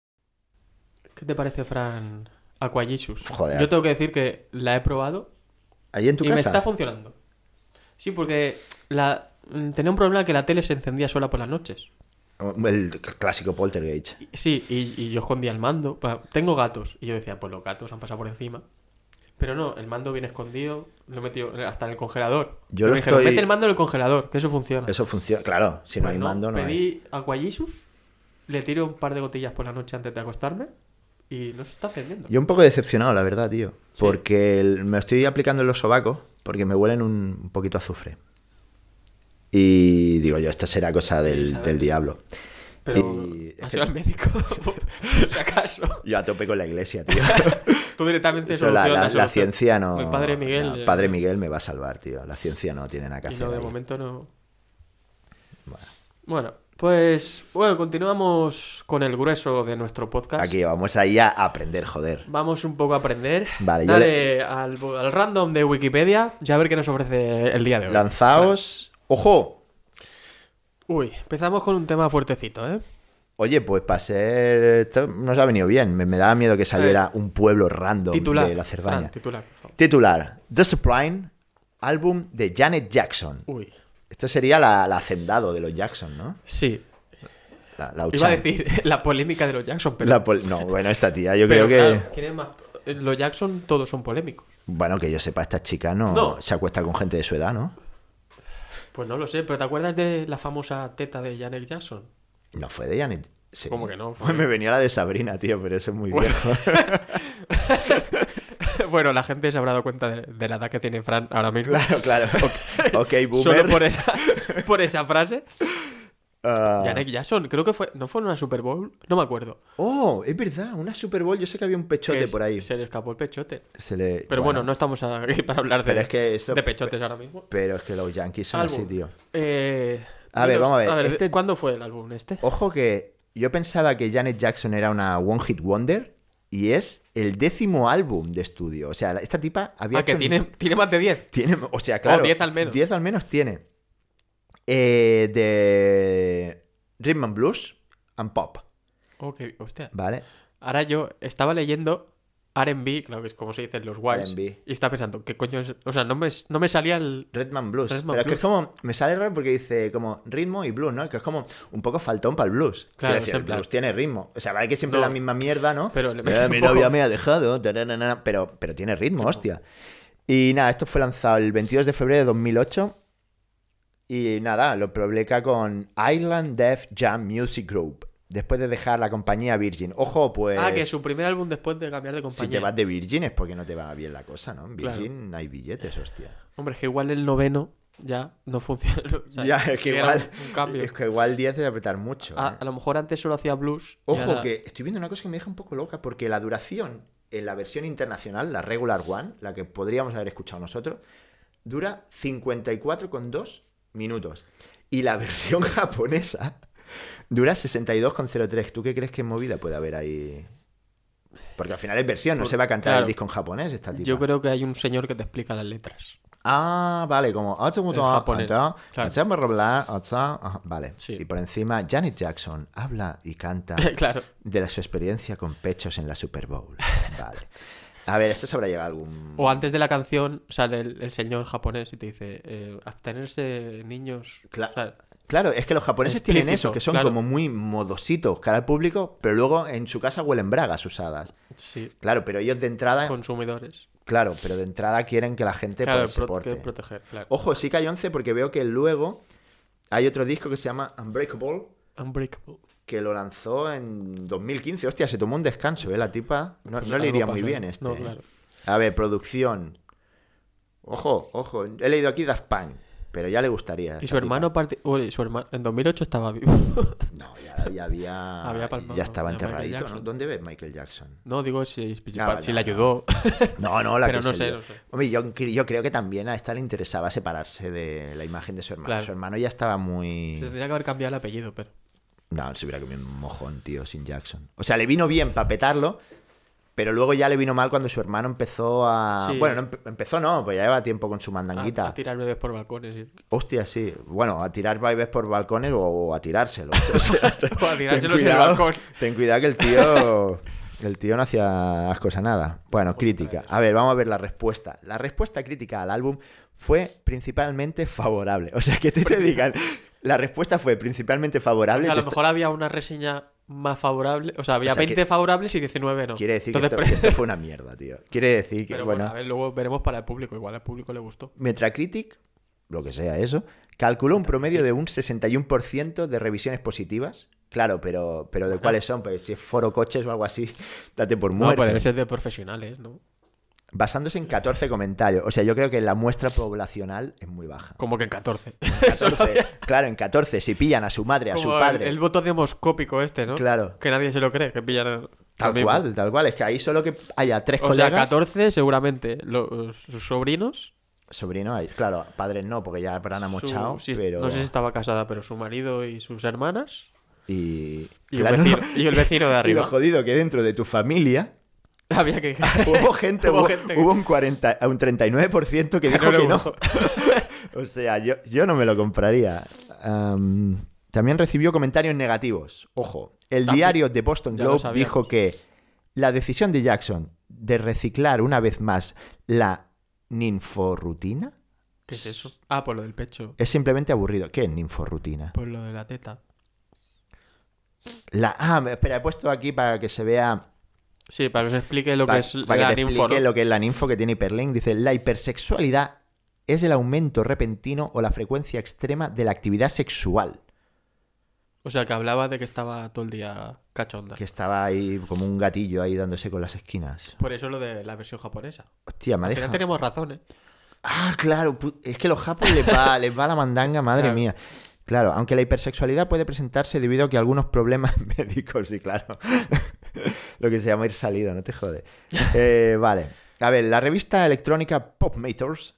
Speaker 1: ¿Qué te parece, Fran? Aquajisus.
Speaker 3: Joder.
Speaker 1: Yo tengo que decir que la he probado
Speaker 3: Ahí en tu
Speaker 1: y me
Speaker 3: casa.
Speaker 1: está funcionando. Sí, porque la... mm, tenía un problema que la tele se encendía sola por las noches.
Speaker 3: um, El clásico poltergeist.
Speaker 1: Y- Sí, y, y yo escondía el mando. Pa- Tengo gatos. Y yo decía, pues los gatos han pasado por encima. Pero no, el mando viene escondido, lo he metido hasta en el congelador.
Speaker 3: Yo
Speaker 1: Me
Speaker 3: lo
Speaker 1: dijeron,
Speaker 3: estoy-
Speaker 1: Mete el mando en el congelador, que eso funciona.
Speaker 3: Eso funciona, claro, si no
Speaker 1: Pues
Speaker 3: hay
Speaker 1: no,
Speaker 3: mando no hay.
Speaker 1: pedí a Guayisus, le tiro un par de gotillas por la noche antes de acostarme Y no se está entendiendo.
Speaker 3: Yo un poco decepcionado, la verdad, tío.
Speaker 1: Sí.
Speaker 3: Porque el- me estoy aplicando en los sobacos porque me huelen un, un poquito a azufre. Y digo yo, esto será cosa
Speaker 1: Sí,
Speaker 3: del,
Speaker 1: sabes.
Speaker 3: del diablo.
Speaker 1: Pero
Speaker 3: Y es
Speaker 1: has
Speaker 3: que-
Speaker 1: ido al médico, por si acaso.
Speaker 3: Yo a tope con la iglesia, tío.
Speaker 1: Tú directamente
Speaker 3: Eso, la, la-
Speaker 1: solucionas,
Speaker 3: la
Speaker 1: solucionas.
Speaker 3: ciencia no.
Speaker 1: El padre Miguel.
Speaker 3: no,
Speaker 1: eh,
Speaker 3: padre Miguel me va a salvar, tío. La ciencia no tiene nada que
Speaker 1: y
Speaker 3: hacer.
Speaker 1: no, de
Speaker 3: ahí.
Speaker 1: momento no.
Speaker 3: Bueno,
Speaker 1: Bueno, pues bueno, continuamos con el grueso de nuestro podcast.
Speaker 3: aquí vamos ahí a aprender, joder.
Speaker 1: Vamos un poco a aprender.
Speaker 3: Vale, yo
Speaker 1: Dale al, bo- al random de Wikipedia ya a ver qué nos ofrece el día de hoy.
Speaker 3: Lanzaos. ¡Ojo!
Speaker 1: Uy, empezamos con un tema fuertecito, ¿eh?
Speaker 3: Oye, pues para ser. Esto nos ha venido bien. Me, me daba miedo que saliera un pueblo random
Speaker 1: Eh, titular. Ah,
Speaker 3: de la Cerdaña.
Speaker 1: Fran, titular, por favor.
Speaker 3: Titular: The Suppline, álbum de Janet Jackson.
Speaker 1: Uy,
Speaker 3: Esto sería la, la hacendado de los Jackson, ¿no?
Speaker 1: sí.
Speaker 3: La, la
Speaker 1: Iba a
Speaker 3: Uchan.
Speaker 1: decir la polémica de los Jackson, pero,
Speaker 3: La pol- no, bueno, esta tía, yo
Speaker 1: pero,
Speaker 3: creo que.
Speaker 1: claro, ¿quién es más? Eh, Los Jackson todos son polémicos.
Speaker 3: Bueno, que yo sepa, esta chica no,
Speaker 1: No.
Speaker 3: se acuesta con gente de su edad, ¿no?
Speaker 1: Pues no lo sé, pero ¿te acuerdas de la famosa teta de Janet Jackson?
Speaker 3: No fue de Janet. Sí. Pues
Speaker 1: ¿Cómo que no?
Speaker 3: Me venía la de Sabrina, tío, pero eso es muy viejo.
Speaker 1: bueno, la gente se habrá dado cuenta de, de la edad que tiene Fran ahora mismo.
Speaker 3: claro, claro. Ok, okay boomer.
Speaker 1: Solo por esa, por esa frase.
Speaker 3: Ah,
Speaker 1: Janet Jackson, creo que fue. ¿No fue en una Super Bowl? No me acuerdo.
Speaker 3: Oh, es verdad, una Super Bowl. Yo sé que había un pechote
Speaker 1: Que
Speaker 3: por ahí.
Speaker 1: Se le escapó el pechote.
Speaker 3: Se le-
Speaker 1: Pero bueno, no estamos aquí para hablar de,
Speaker 3: Pero es que eso-
Speaker 1: de pechotes ahora mismo.
Speaker 3: Pero es que los Yankees son así,
Speaker 1: Álbum.
Speaker 3: tío.
Speaker 1: Eh,
Speaker 3: A ver, vamos a ver,
Speaker 1: ¿de-
Speaker 3: este- Oh,
Speaker 1: ¿Cuándo fue el álbum este?
Speaker 3: Ojo que yo pensaba que Janet Jackson era una One Hit Wonder y es el décimo álbum de estudio. O sea, la- esta tipa había
Speaker 1: Ah, que
Speaker 3: hecho-
Speaker 1: tiene, tiene más de 10.
Speaker 3: tiene- o sea, claro.
Speaker 1: 10 al menos.
Speaker 3: 10 al menos tiene. Eh, de Rhythm and Blues and Pop,
Speaker 1: Ok, Oh, hostia.
Speaker 3: ¿vale?
Speaker 1: Ahora yo estaba leyendo RB, claro que es como se dicen los guays.
Speaker 3: R&B.
Speaker 1: Y estaba pensando, ¿qué coño es? O sea, no me, no me salía el.
Speaker 3: Redman Blues.
Speaker 1: Rhythm and
Speaker 3: Pero es que
Speaker 1: Blues.
Speaker 3: es como. Me sale raro porque dice como ritmo y blues, ¿no? Que es como un poco faltón para el blues.
Speaker 1: Claro,
Speaker 3: Quiero decir,
Speaker 1: es en
Speaker 3: el blues
Speaker 1: plan-
Speaker 3: tiene ritmo. O sea, vale que siempre
Speaker 1: No.
Speaker 3: es la misma mierda, ¿no?
Speaker 1: Pero le
Speaker 3: Eh,
Speaker 1: mete
Speaker 3: mi
Speaker 1: un poco-
Speaker 3: novia me ha dejado. taranana, pero, pero tiene ritmo, hostia. Y nada, esto fue lanzado el 22 de febrero de 2008. Y nada, lo publica con Island Def Jam Music Group. Después de dejar la compañía Virgin. Ojo, pues.
Speaker 1: Ah, que su primer álbum después de cambiar de
Speaker 3: Si
Speaker 1: compañía.
Speaker 3: te vas de Virgin es porque no te va bien la cosa, ¿no? En
Speaker 1: Claro.
Speaker 3: Virgin hay billetes, hostia.
Speaker 1: Hombre, es que igual el noveno ya no funciona. o sea,
Speaker 3: Ya, es que
Speaker 1: era
Speaker 3: igual.
Speaker 1: un- un cambio. Ah,
Speaker 3: Es que igual 10 es de apretar mucho.
Speaker 1: A,
Speaker 3: ¿eh?
Speaker 1: a lo mejor antes solo hacía blues. y
Speaker 3: Ojo,
Speaker 1: ahora-
Speaker 3: que estoy viendo una cosa que me deja un poco loca, porque la duración en la versión internacional, la regular one, la que podríamos haber escuchado nosotros, dura 54,2 minutos. Y la versión japonesa dura 62,03. ¿Tú qué crees que movida puede haber ahí? Porque al final es versión, no
Speaker 1: Por-
Speaker 3: se va a cantar
Speaker 1: claro.
Speaker 3: el disco en japonés esta tipa.
Speaker 1: Yo creo que hay un señor que te explica las letras.
Speaker 3: Ah, vale, como... ah,
Speaker 1: En japonés, claro.
Speaker 3: Vale.
Speaker 1: Sí.
Speaker 3: Y por encima, Janet Jackson habla y canta
Speaker 1: claro.
Speaker 3: de la- su experiencia con pechos en la Super Bowl. Vale. A ver, esto se habrá llegado a algún.
Speaker 1: O antes de la canción sale el, el señor japonés y te dice, eh, abstenerse niños.
Speaker 3: Cla-
Speaker 1: O sea,
Speaker 3: Claro, es que los japoneses tienen
Speaker 1: Explícito,
Speaker 3: eso, que son
Speaker 1: claro.
Speaker 3: como muy modositos cara al público, pero luego en su casa huelen bragas usadas.
Speaker 1: sí,
Speaker 3: Claro, pero ellos de entrada,
Speaker 1: consumidores.
Speaker 3: claro, pero de entrada quieren que la gente
Speaker 1: claro,
Speaker 3: pues, se
Speaker 1: pro-
Speaker 3: porte.
Speaker 1: que proteger, claro.
Speaker 3: Ojo, sí que hay 11 porque veo que luego hay otro disco que se llama Unbreakable
Speaker 1: Unbreakable.
Speaker 3: que lo lanzó en 2015. Hostia, se tomó un descanso, ¿eh? La tipa. No,
Speaker 1: Pues
Speaker 3: no le
Speaker 1: algo
Speaker 3: iría
Speaker 1: pasa,
Speaker 3: muy bien
Speaker 1: ¿eh?
Speaker 3: este.
Speaker 1: No,
Speaker 3: ¿eh?
Speaker 1: claro.
Speaker 3: A ver, producción. Ojo, ojo. He leído aquí Daft Punk, pero ya le gustaría. a
Speaker 1: Y
Speaker 3: esta
Speaker 1: su hermano,
Speaker 3: tipa.
Speaker 1: parti- Uy, su hermano en 2008 estaba vivo.
Speaker 3: No, ya, ya había.
Speaker 1: Había palmado
Speaker 3: ya estaba
Speaker 1: a Michael
Speaker 3: enterradito, ¿no?
Speaker 1: Jackson.
Speaker 3: ¿Dónde ves Michael Jackson?
Speaker 1: no, digo si, si,
Speaker 3: Ah, vale,
Speaker 1: si le
Speaker 3: vale.
Speaker 1: ayudó.
Speaker 3: No, no, la
Speaker 1: Pero
Speaker 3: que
Speaker 1: no
Speaker 3: se
Speaker 1: sé,
Speaker 3: lió.
Speaker 1: no sé.
Speaker 3: Hombre, yo, cre- yo creo que también a esta le interesaba separarse de la imagen de su hermano.
Speaker 1: Claro.
Speaker 3: Su hermano ya estaba
Speaker 1: Se
Speaker 3: muy.
Speaker 1: tendría que haber cambiado el apellido, pero...
Speaker 3: No, se hubiera comido un mojón, tío, sin Jackson. O sea, le vino bien para petarlo, pero luego ya le vino mal cuando su hermano empezó a.
Speaker 1: Sí.
Speaker 3: Bueno, no empe- empezó no, pues ya lleva tiempo con su
Speaker 1: A,
Speaker 3: mandanguita.
Speaker 1: a tirar bebés por balcones. y-
Speaker 3: Hostia, sí. Bueno, a tirar bebés por balcones o, o a tirárselo. O sea, ten-
Speaker 1: O a tirárselos
Speaker 3: ten
Speaker 1: en el
Speaker 3: cuidado-
Speaker 1: balcón.
Speaker 3: Ten cuidado que el tío. El tío no hacía ascos a nada. Bueno, crítica. A ver, vamos a ver la respuesta. La respuesta crítica al álbum fue principalmente favorable. O sea, que te, te digan. La respuesta fue principalmente
Speaker 1: O
Speaker 3: favorable.
Speaker 1: sea, a
Speaker 3: te
Speaker 1: lo
Speaker 3: está-
Speaker 1: mejor había una reseña más favorable. O sea, había
Speaker 3: O sea, que-
Speaker 1: 20 favorables y 19 no.
Speaker 3: Quiere decir
Speaker 1: Entonces,
Speaker 3: que,
Speaker 1: pre-
Speaker 3: esto, que esto fue una mierda, tío. Quiere decir que,
Speaker 1: Pero bueno,
Speaker 3: bueno,
Speaker 1: a ver, luego veremos para el público. Igual al público le gustó.
Speaker 3: Metacritic, lo que sea eso, calculó un promedio de un 61% de revisiones positivas Claro, pero, pero ¿de cuáles son? Pues si es foro coches o algo así, date por
Speaker 1: No,
Speaker 3: muerto.
Speaker 1: puede ser de profesionales, ¿no?
Speaker 3: Basándose en 14 comentarios. O sea, yo creo que la muestra poblacional es muy baja.
Speaker 1: Como que en 14.
Speaker 3: 14, claro, en 14, si pillan a su madre, a su
Speaker 1: Como el-
Speaker 3: padre.
Speaker 1: El, voto demoscópico este, ¿no?
Speaker 3: Claro.
Speaker 1: Que nadie se lo cree, que pillan. al- al
Speaker 3: Tal
Speaker 1: mismo.
Speaker 3: cual, tal cual. Es que ahí solo que haya tres
Speaker 1: O sea,
Speaker 3: colegas.
Speaker 1: 14 seguramente. Los, sus sobrinos.
Speaker 3: Sobrino hay. Claro, padres no, porque ya habrán
Speaker 1: su-
Speaker 3: amochado.
Speaker 1: si-
Speaker 3: pero...
Speaker 1: No sé si estaba casada, pero su marido y sus hermanas.
Speaker 3: Y,
Speaker 1: Y,
Speaker 3: claro,
Speaker 1: el, vecino, y el vecino de
Speaker 3: y lo
Speaker 1: arriba.
Speaker 3: jodido que dentro de tu familia
Speaker 1: Había que.
Speaker 3: hubo gente, hubo,
Speaker 1: Hubo gente que-
Speaker 3: hubo un, 40, un 39% que
Speaker 1: que
Speaker 3: dijo
Speaker 1: no le
Speaker 3: que no.
Speaker 1: gustó.
Speaker 3: O sea, yo, yo no me lo compraría. Am, también recibió comentarios negativos. Ojo, el
Speaker 1: También.
Speaker 3: diario The Boston
Speaker 1: Ya lo
Speaker 3: Globe
Speaker 1: sabíamos.
Speaker 3: dijo que la decisión de Jackson de reciclar una vez más la ninforrutina
Speaker 1: ¿Qué es eso? Ah, por lo del pecho.
Speaker 3: es simplemente aburrido. ¿Qué es ninforrutina?
Speaker 1: Por lo de la teta.
Speaker 3: La, ah, me- espera, he puesto aquí para que se vea,
Speaker 1: Sí, para que os explique lo
Speaker 3: pa-
Speaker 1: que es
Speaker 3: para,
Speaker 1: la
Speaker 3: que te
Speaker 1: ninfo,
Speaker 3: explique
Speaker 1: ¿no?
Speaker 3: lo que es la ninfo que tiene Hiperlink. Dice, la hipersexualidad es el aumento repentino o la frecuencia extrema de la actividad sexual.
Speaker 1: O sea, que hablaba de que estaba todo el día cachonda.
Speaker 3: Que estaba ahí como un gatillo ahí dándose con las esquinas.
Speaker 1: Por eso lo de la versión japonesa.
Speaker 3: Hostia, me ha
Speaker 1: Al final
Speaker 3: dejado-
Speaker 1: tenemos razón, ¿eh?
Speaker 3: Ah, claro, pu- es que los japos les va, les va la mandanga, madre
Speaker 1: Claro.
Speaker 3: mía. Claro, aunque la hipersexualidad puede presentarse debido a que algunos problemas médicos, sí, claro. Lo que se llama ir salido, no te jode. Eh, vale. A ver, la revista electrónica Pop Matters,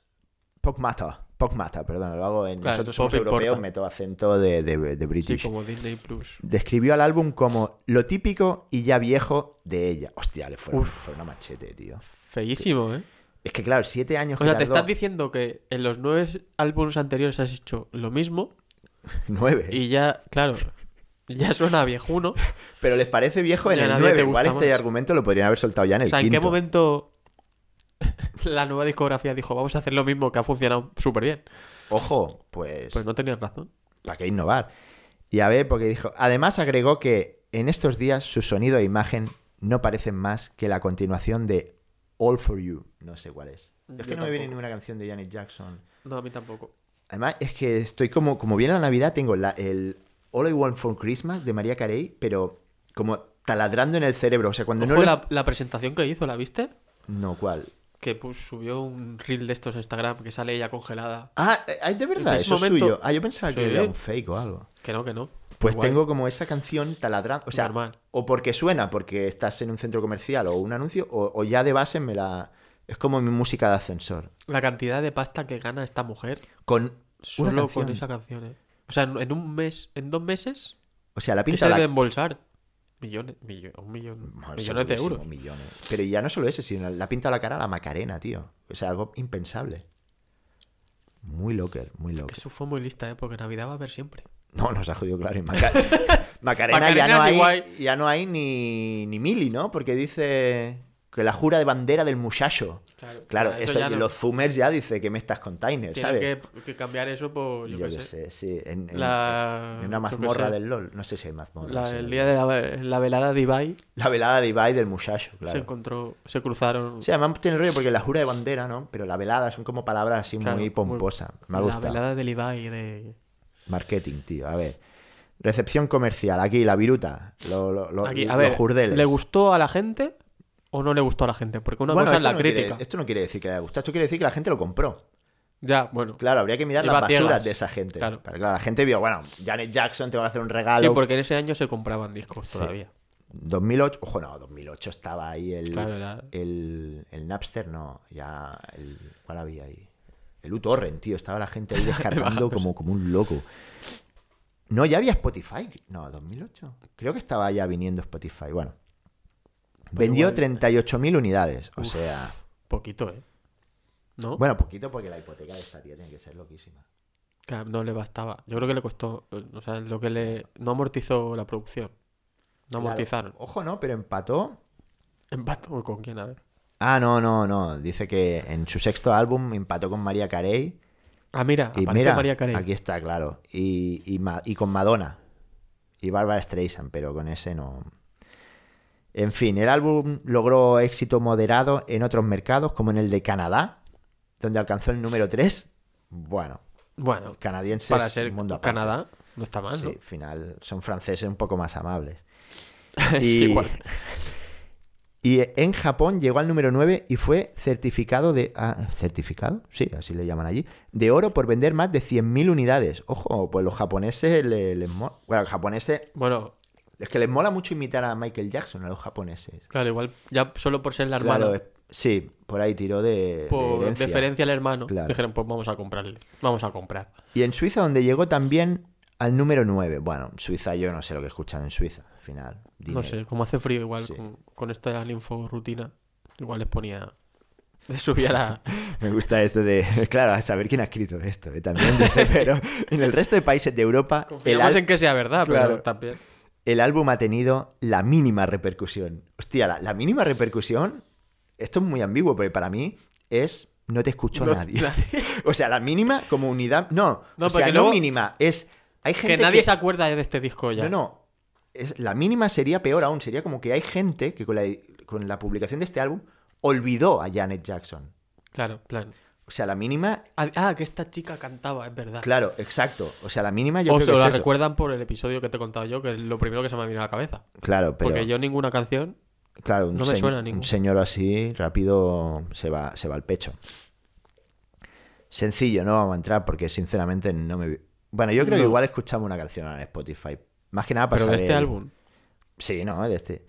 Speaker 3: Pop Mata, Pop Mata, perdón, lo hago en
Speaker 1: Claro,
Speaker 3: nosotros somos
Speaker 1: Pop importa.
Speaker 3: europeos, meto acento de, de- de
Speaker 1: Sí,
Speaker 3: British.
Speaker 1: como Disney Plus.
Speaker 3: Describió al álbum como lo típico y ya viejo de ella. Hostia, le fue,
Speaker 1: Uf.
Speaker 3: fue una machete, tío.
Speaker 1: Feísimo, ¿eh?
Speaker 3: Es que claro, siete años
Speaker 1: O sea,
Speaker 3: que
Speaker 1: te
Speaker 3: tardó-
Speaker 1: estás diciendo que en los nueve álbumes anteriores has hecho lo mismo
Speaker 3: Nueve.
Speaker 1: y ya, claro, ya suena viejuno.
Speaker 3: Pero les parece viejo en
Speaker 1: Ya
Speaker 3: el
Speaker 1: nadie
Speaker 3: 9.
Speaker 1: te
Speaker 3: Igual
Speaker 1: gusta
Speaker 3: este
Speaker 1: más.
Speaker 3: argumento lo podrían haber soltado ya en el
Speaker 1: O sea, ¿en
Speaker 3: quinto.
Speaker 1: qué momento la nueva discografía dijo vamos a hacer lo mismo que ha funcionado súper bien?
Speaker 3: Ojo, pues,
Speaker 1: Pues no tenías razón.
Speaker 3: ¿para qué innovar? Y a ver, porque dijo. Además, agregó que en estos días su sonido e imagen no parecen más que la continuación de All for You. No sé cuál es. Es
Speaker 1: Mm, Yo
Speaker 3: que no me viene
Speaker 1: tampoco.
Speaker 3: ninguna canción de Janet Jackson.
Speaker 1: No, a mí tampoco.
Speaker 3: Además, es que estoy como. Como viene la Navidad, tengo la- el All I Want for Christmas de María Carey, pero como taladrando en el cerebro. O sea, cuando
Speaker 1: Ojo,
Speaker 3: no. le-
Speaker 1: la, la presentación que hizo, ¿la viste?
Speaker 3: No, ¿cuál?
Speaker 1: Que pues, subió un reel de estos a Instagram que sale ella congelada.
Speaker 3: Ah, es de verdad,
Speaker 1: ese
Speaker 3: eso es
Speaker 1: momento-
Speaker 3: suyo. Ah, yo pensaba que
Speaker 1: Sí.
Speaker 3: era un fake o algo.
Speaker 1: Que no, que no.
Speaker 3: Pues
Speaker 1: Guay.
Speaker 3: tengo como esa canción taladrando. O sea,
Speaker 1: Normal.
Speaker 3: o porque suena, porque estás en un centro comercial o un anuncio, o, o ya de base me la. Es como mi música de ascensor.
Speaker 1: La cantidad de pasta que gana esta mujer
Speaker 3: Con una
Speaker 1: solo
Speaker 3: canción.
Speaker 1: con esa canción, ¿eh? O sea, en en un mes, en dos meses,
Speaker 3: O sea, la
Speaker 1: ¿qué
Speaker 3: pinta
Speaker 1: se
Speaker 3: la-
Speaker 1: debe embolsar? Millones, millo- un millón,
Speaker 3: Bueno,
Speaker 1: millones de
Speaker 3: segurísimo,
Speaker 1: euros.
Speaker 3: millones. Pero ya no solo ese, sino la pinta la cara a la Macarena, tío. O sea, algo impensable. Muy locker, muy
Speaker 1: Que
Speaker 3: locker.
Speaker 1: eso fue muy lista, ¿eh? Porque Navidad va a haber siempre.
Speaker 3: No, nos ha jodido claro. y Maca- Macarena,
Speaker 1: Macarena
Speaker 3: ya, no
Speaker 1: es
Speaker 3: hay,
Speaker 1: igual.
Speaker 3: ya no hay ni, ni mili, ¿no? Porque dice que la jura de bandera del muchacho.
Speaker 1: Claro,
Speaker 3: Claro,
Speaker 1: Ah, eso
Speaker 3: eso
Speaker 1: ya no.
Speaker 3: los zoomers ya dice que me estás container,
Speaker 1: Tienen
Speaker 3: Eh, ¿sabes?
Speaker 1: que, que cambiar eso por, yo,
Speaker 3: Yo
Speaker 1: qué
Speaker 3: qué
Speaker 1: sé.
Speaker 3: sé, sí. En, en-
Speaker 1: La-
Speaker 3: en una
Speaker 1: yo qué
Speaker 3: mazmorra
Speaker 1: sé.
Speaker 3: del LOL. No sé si hay mazmorra.
Speaker 1: La- el día de la, la velada de Ibai
Speaker 3: la velada de Ibai del muchacho,
Speaker 1: se
Speaker 3: claro.
Speaker 1: encontró, se cruzaron.
Speaker 3: O sea, me han tiene rollo porque la jura de bandera, ¿no? Pero la velada son como palabras así
Speaker 1: Claro,
Speaker 3: muy
Speaker 1: muy-
Speaker 3: pomposas. Me ha
Speaker 1: la
Speaker 3: gustado.
Speaker 1: velada del Ibai de...
Speaker 3: Marketing, tío. A ver. Recepción comercial. Aquí, la viruta. Lo, lo- lo-
Speaker 1: Aquí, a
Speaker 3: los
Speaker 1: ver,
Speaker 3: jurdeles.
Speaker 1: ¿le gustó a la gente o no le gustó a la gente? Porque una
Speaker 3: Bueno,
Speaker 1: cosa es
Speaker 3: esto
Speaker 1: la
Speaker 3: no quiere-
Speaker 1: crítica.
Speaker 3: esto no quiere decir que le haya gustado. Esto quiere decir que la gente lo compró.
Speaker 1: Ya, bueno.
Speaker 3: Claro, habría que mirar
Speaker 1: Iba
Speaker 3: las
Speaker 1: a ciegas.
Speaker 3: basuras de esa gente.
Speaker 1: Claro.
Speaker 3: Pero claro, la gente vio, bueno, Janet Jackson te va a hacer un regalo.
Speaker 1: Sí, porque en ese año se compraban discos
Speaker 3: Sí.
Speaker 1: todavía.
Speaker 3: 2008, ojo, no, 2008 estaba ahí el,
Speaker 1: Claro, era-
Speaker 3: el, el Napster, no, ya, el, ¿cuál había ahí? El uTorrent, tío, estaba la gente ahí descargando
Speaker 1: Bajando,
Speaker 3: como, como un loco. No, ya había Spotify, no, 2008. Creo que estaba ya viniendo Spotify, bueno. Vendió
Speaker 1: igual- eh.
Speaker 3: 38.000 unidades, o sea,
Speaker 1: Poquito, ¿eh? ¿No?
Speaker 3: bueno, poquito porque la hipoteca de esta tía tiene que ser loquísima.
Speaker 1: Que No le bastaba. Yo creo que le costó. eh, O sea, lo que le. No amortizó la producción. No
Speaker 3: Claro,
Speaker 1: amortizaron.
Speaker 3: Ojo, no, pero empató
Speaker 1: ¿Empató con quién? A ver.
Speaker 3: Ah, no, no, no. Dice que en su sexto álbum empató con María Carey.
Speaker 1: Ah, mira,
Speaker 3: Y
Speaker 1: aparece
Speaker 3: mira,
Speaker 1: María Carey.
Speaker 3: aquí está, claro. Y, y Ma- y con Madonna. Y Barbara Streisand, pero con ese no. En fin, el álbum logró éxito moderado en otros mercados, como en el de Canadá, donde alcanzó el número 3. Bueno,
Speaker 1: Bueno,
Speaker 3: canadienses,
Speaker 1: para ser
Speaker 3: mundo aparte.
Speaker 1: Canadá, No está mal,
Speaker 3: Sí,
Speaker 1: ¿no?
Speaker 3: al final son franceses un poco más amables.
Speaker 1: Sí,
Speaker 3: Y-
Speaker 1: igual.
Speaker 3: Y en Japón llegó al número 9 y fue certificado de. ah, ¿Certificado? Sí, así le llaman allí. De oro por vender más de 100.000 unidades. Ojo, pues los japoneses le- les mola. Bueno, los japoneses.
Speaker 1: Bueno,
Speaker 3: Es que les mola mucho imitar a Michael Jackson, a los japoneses.
Speaker 1: claro, igual ya solo por ser la hermana,
Speaker 3: Claro, es- sí, por ahí tiró de. de
Speaker 1: por
Speaker 3: herencia.
Speaker 1: deferencia al hermano,
Speaker 3: Claro.
Speaker 1: dijeron, pues vamos a comprarle, vamos a comprar.
Speaker 3: Y en Suiza, donde llegó también al número 9. Bueno, Suiza, yo no sé lo que escuchan en Suiza, al final.
Speaker 1: No
Speaker 3: dinero.
Speaker 1: sé, como hace frío igual
Speaker 3: Sí.
Speaker 1: con, con esta info rutina, igual les ponía, les subía la...
Speaker 3: Me gusta este de. Claro, a saber quién ha escrito esto. eh, También dice, pero en el resto de países de Europa, el,
Speaker 1: Confiamos
Speaker 3: al-
Speaker 1: en que sea verdad,
Speaker 3: Claro.
Speaker 1: pero también...
Speaker 3: el álbum ha tenido la mínima repercusión. Hostia, la, la mínima repercusión. Esto es muy ambiguo, porque para mí es. No te escuchó
Speaker 1: No-
Speaker 3: nadie. O sea, la mínima como unidad. No,
Speaker 1: No,
Speaker 3: o sea,
Speaker 1: porque
Speaker 3: no
Speaker 1: luego-
Speaker 3: mínima. Es. Hay gente
Speaker 1: que nadie se acuerda de este disco ya.
Speaker 3: No, no. Es, la mínima sería peor aún. Sería como que hay gente que con la, con la publicación de este álbum olvidó a Janet Jackson.
Speaker 1: Claro, en plan.
Speaker 3: O sea, la mínima.
Speaker 1: Ah, ah, que esta chica cantaba, es verdad.
Speaker 3: Claro, exacto. O sea, la mínima yo
Speaker 1: o se
Speaker 3: creo que
Speaker 1: la
Speaker 3: es eso.
Speaker 1: recuerdan por el episodio que te he contado yo, que es lo primero que se me ha venido a la cabeza.
Speaker 3: Claro, pero
Speaker 1: Porque yo ninguna canción.
Speaker 3: claro, un,
Speaker 1: no me
Speaker 3: se-
Speaker 1: suena
Speaker 3: un
Speaker 1: ningún.
Speaker 3: señor así rápido se va, se va al pecho. Sencillo, no vamos a entrar porque sinceramente no me... vi- Bueno, yo creo que
Speaker 1: No.
Speaker 3: igual escuchamos una canción ahora en Spotify. Más que nada para
Speaker 1: Pero de
Speaker 3: saber-
Speaker 1: este álbum.
Speaker 3: Sí, no, de este.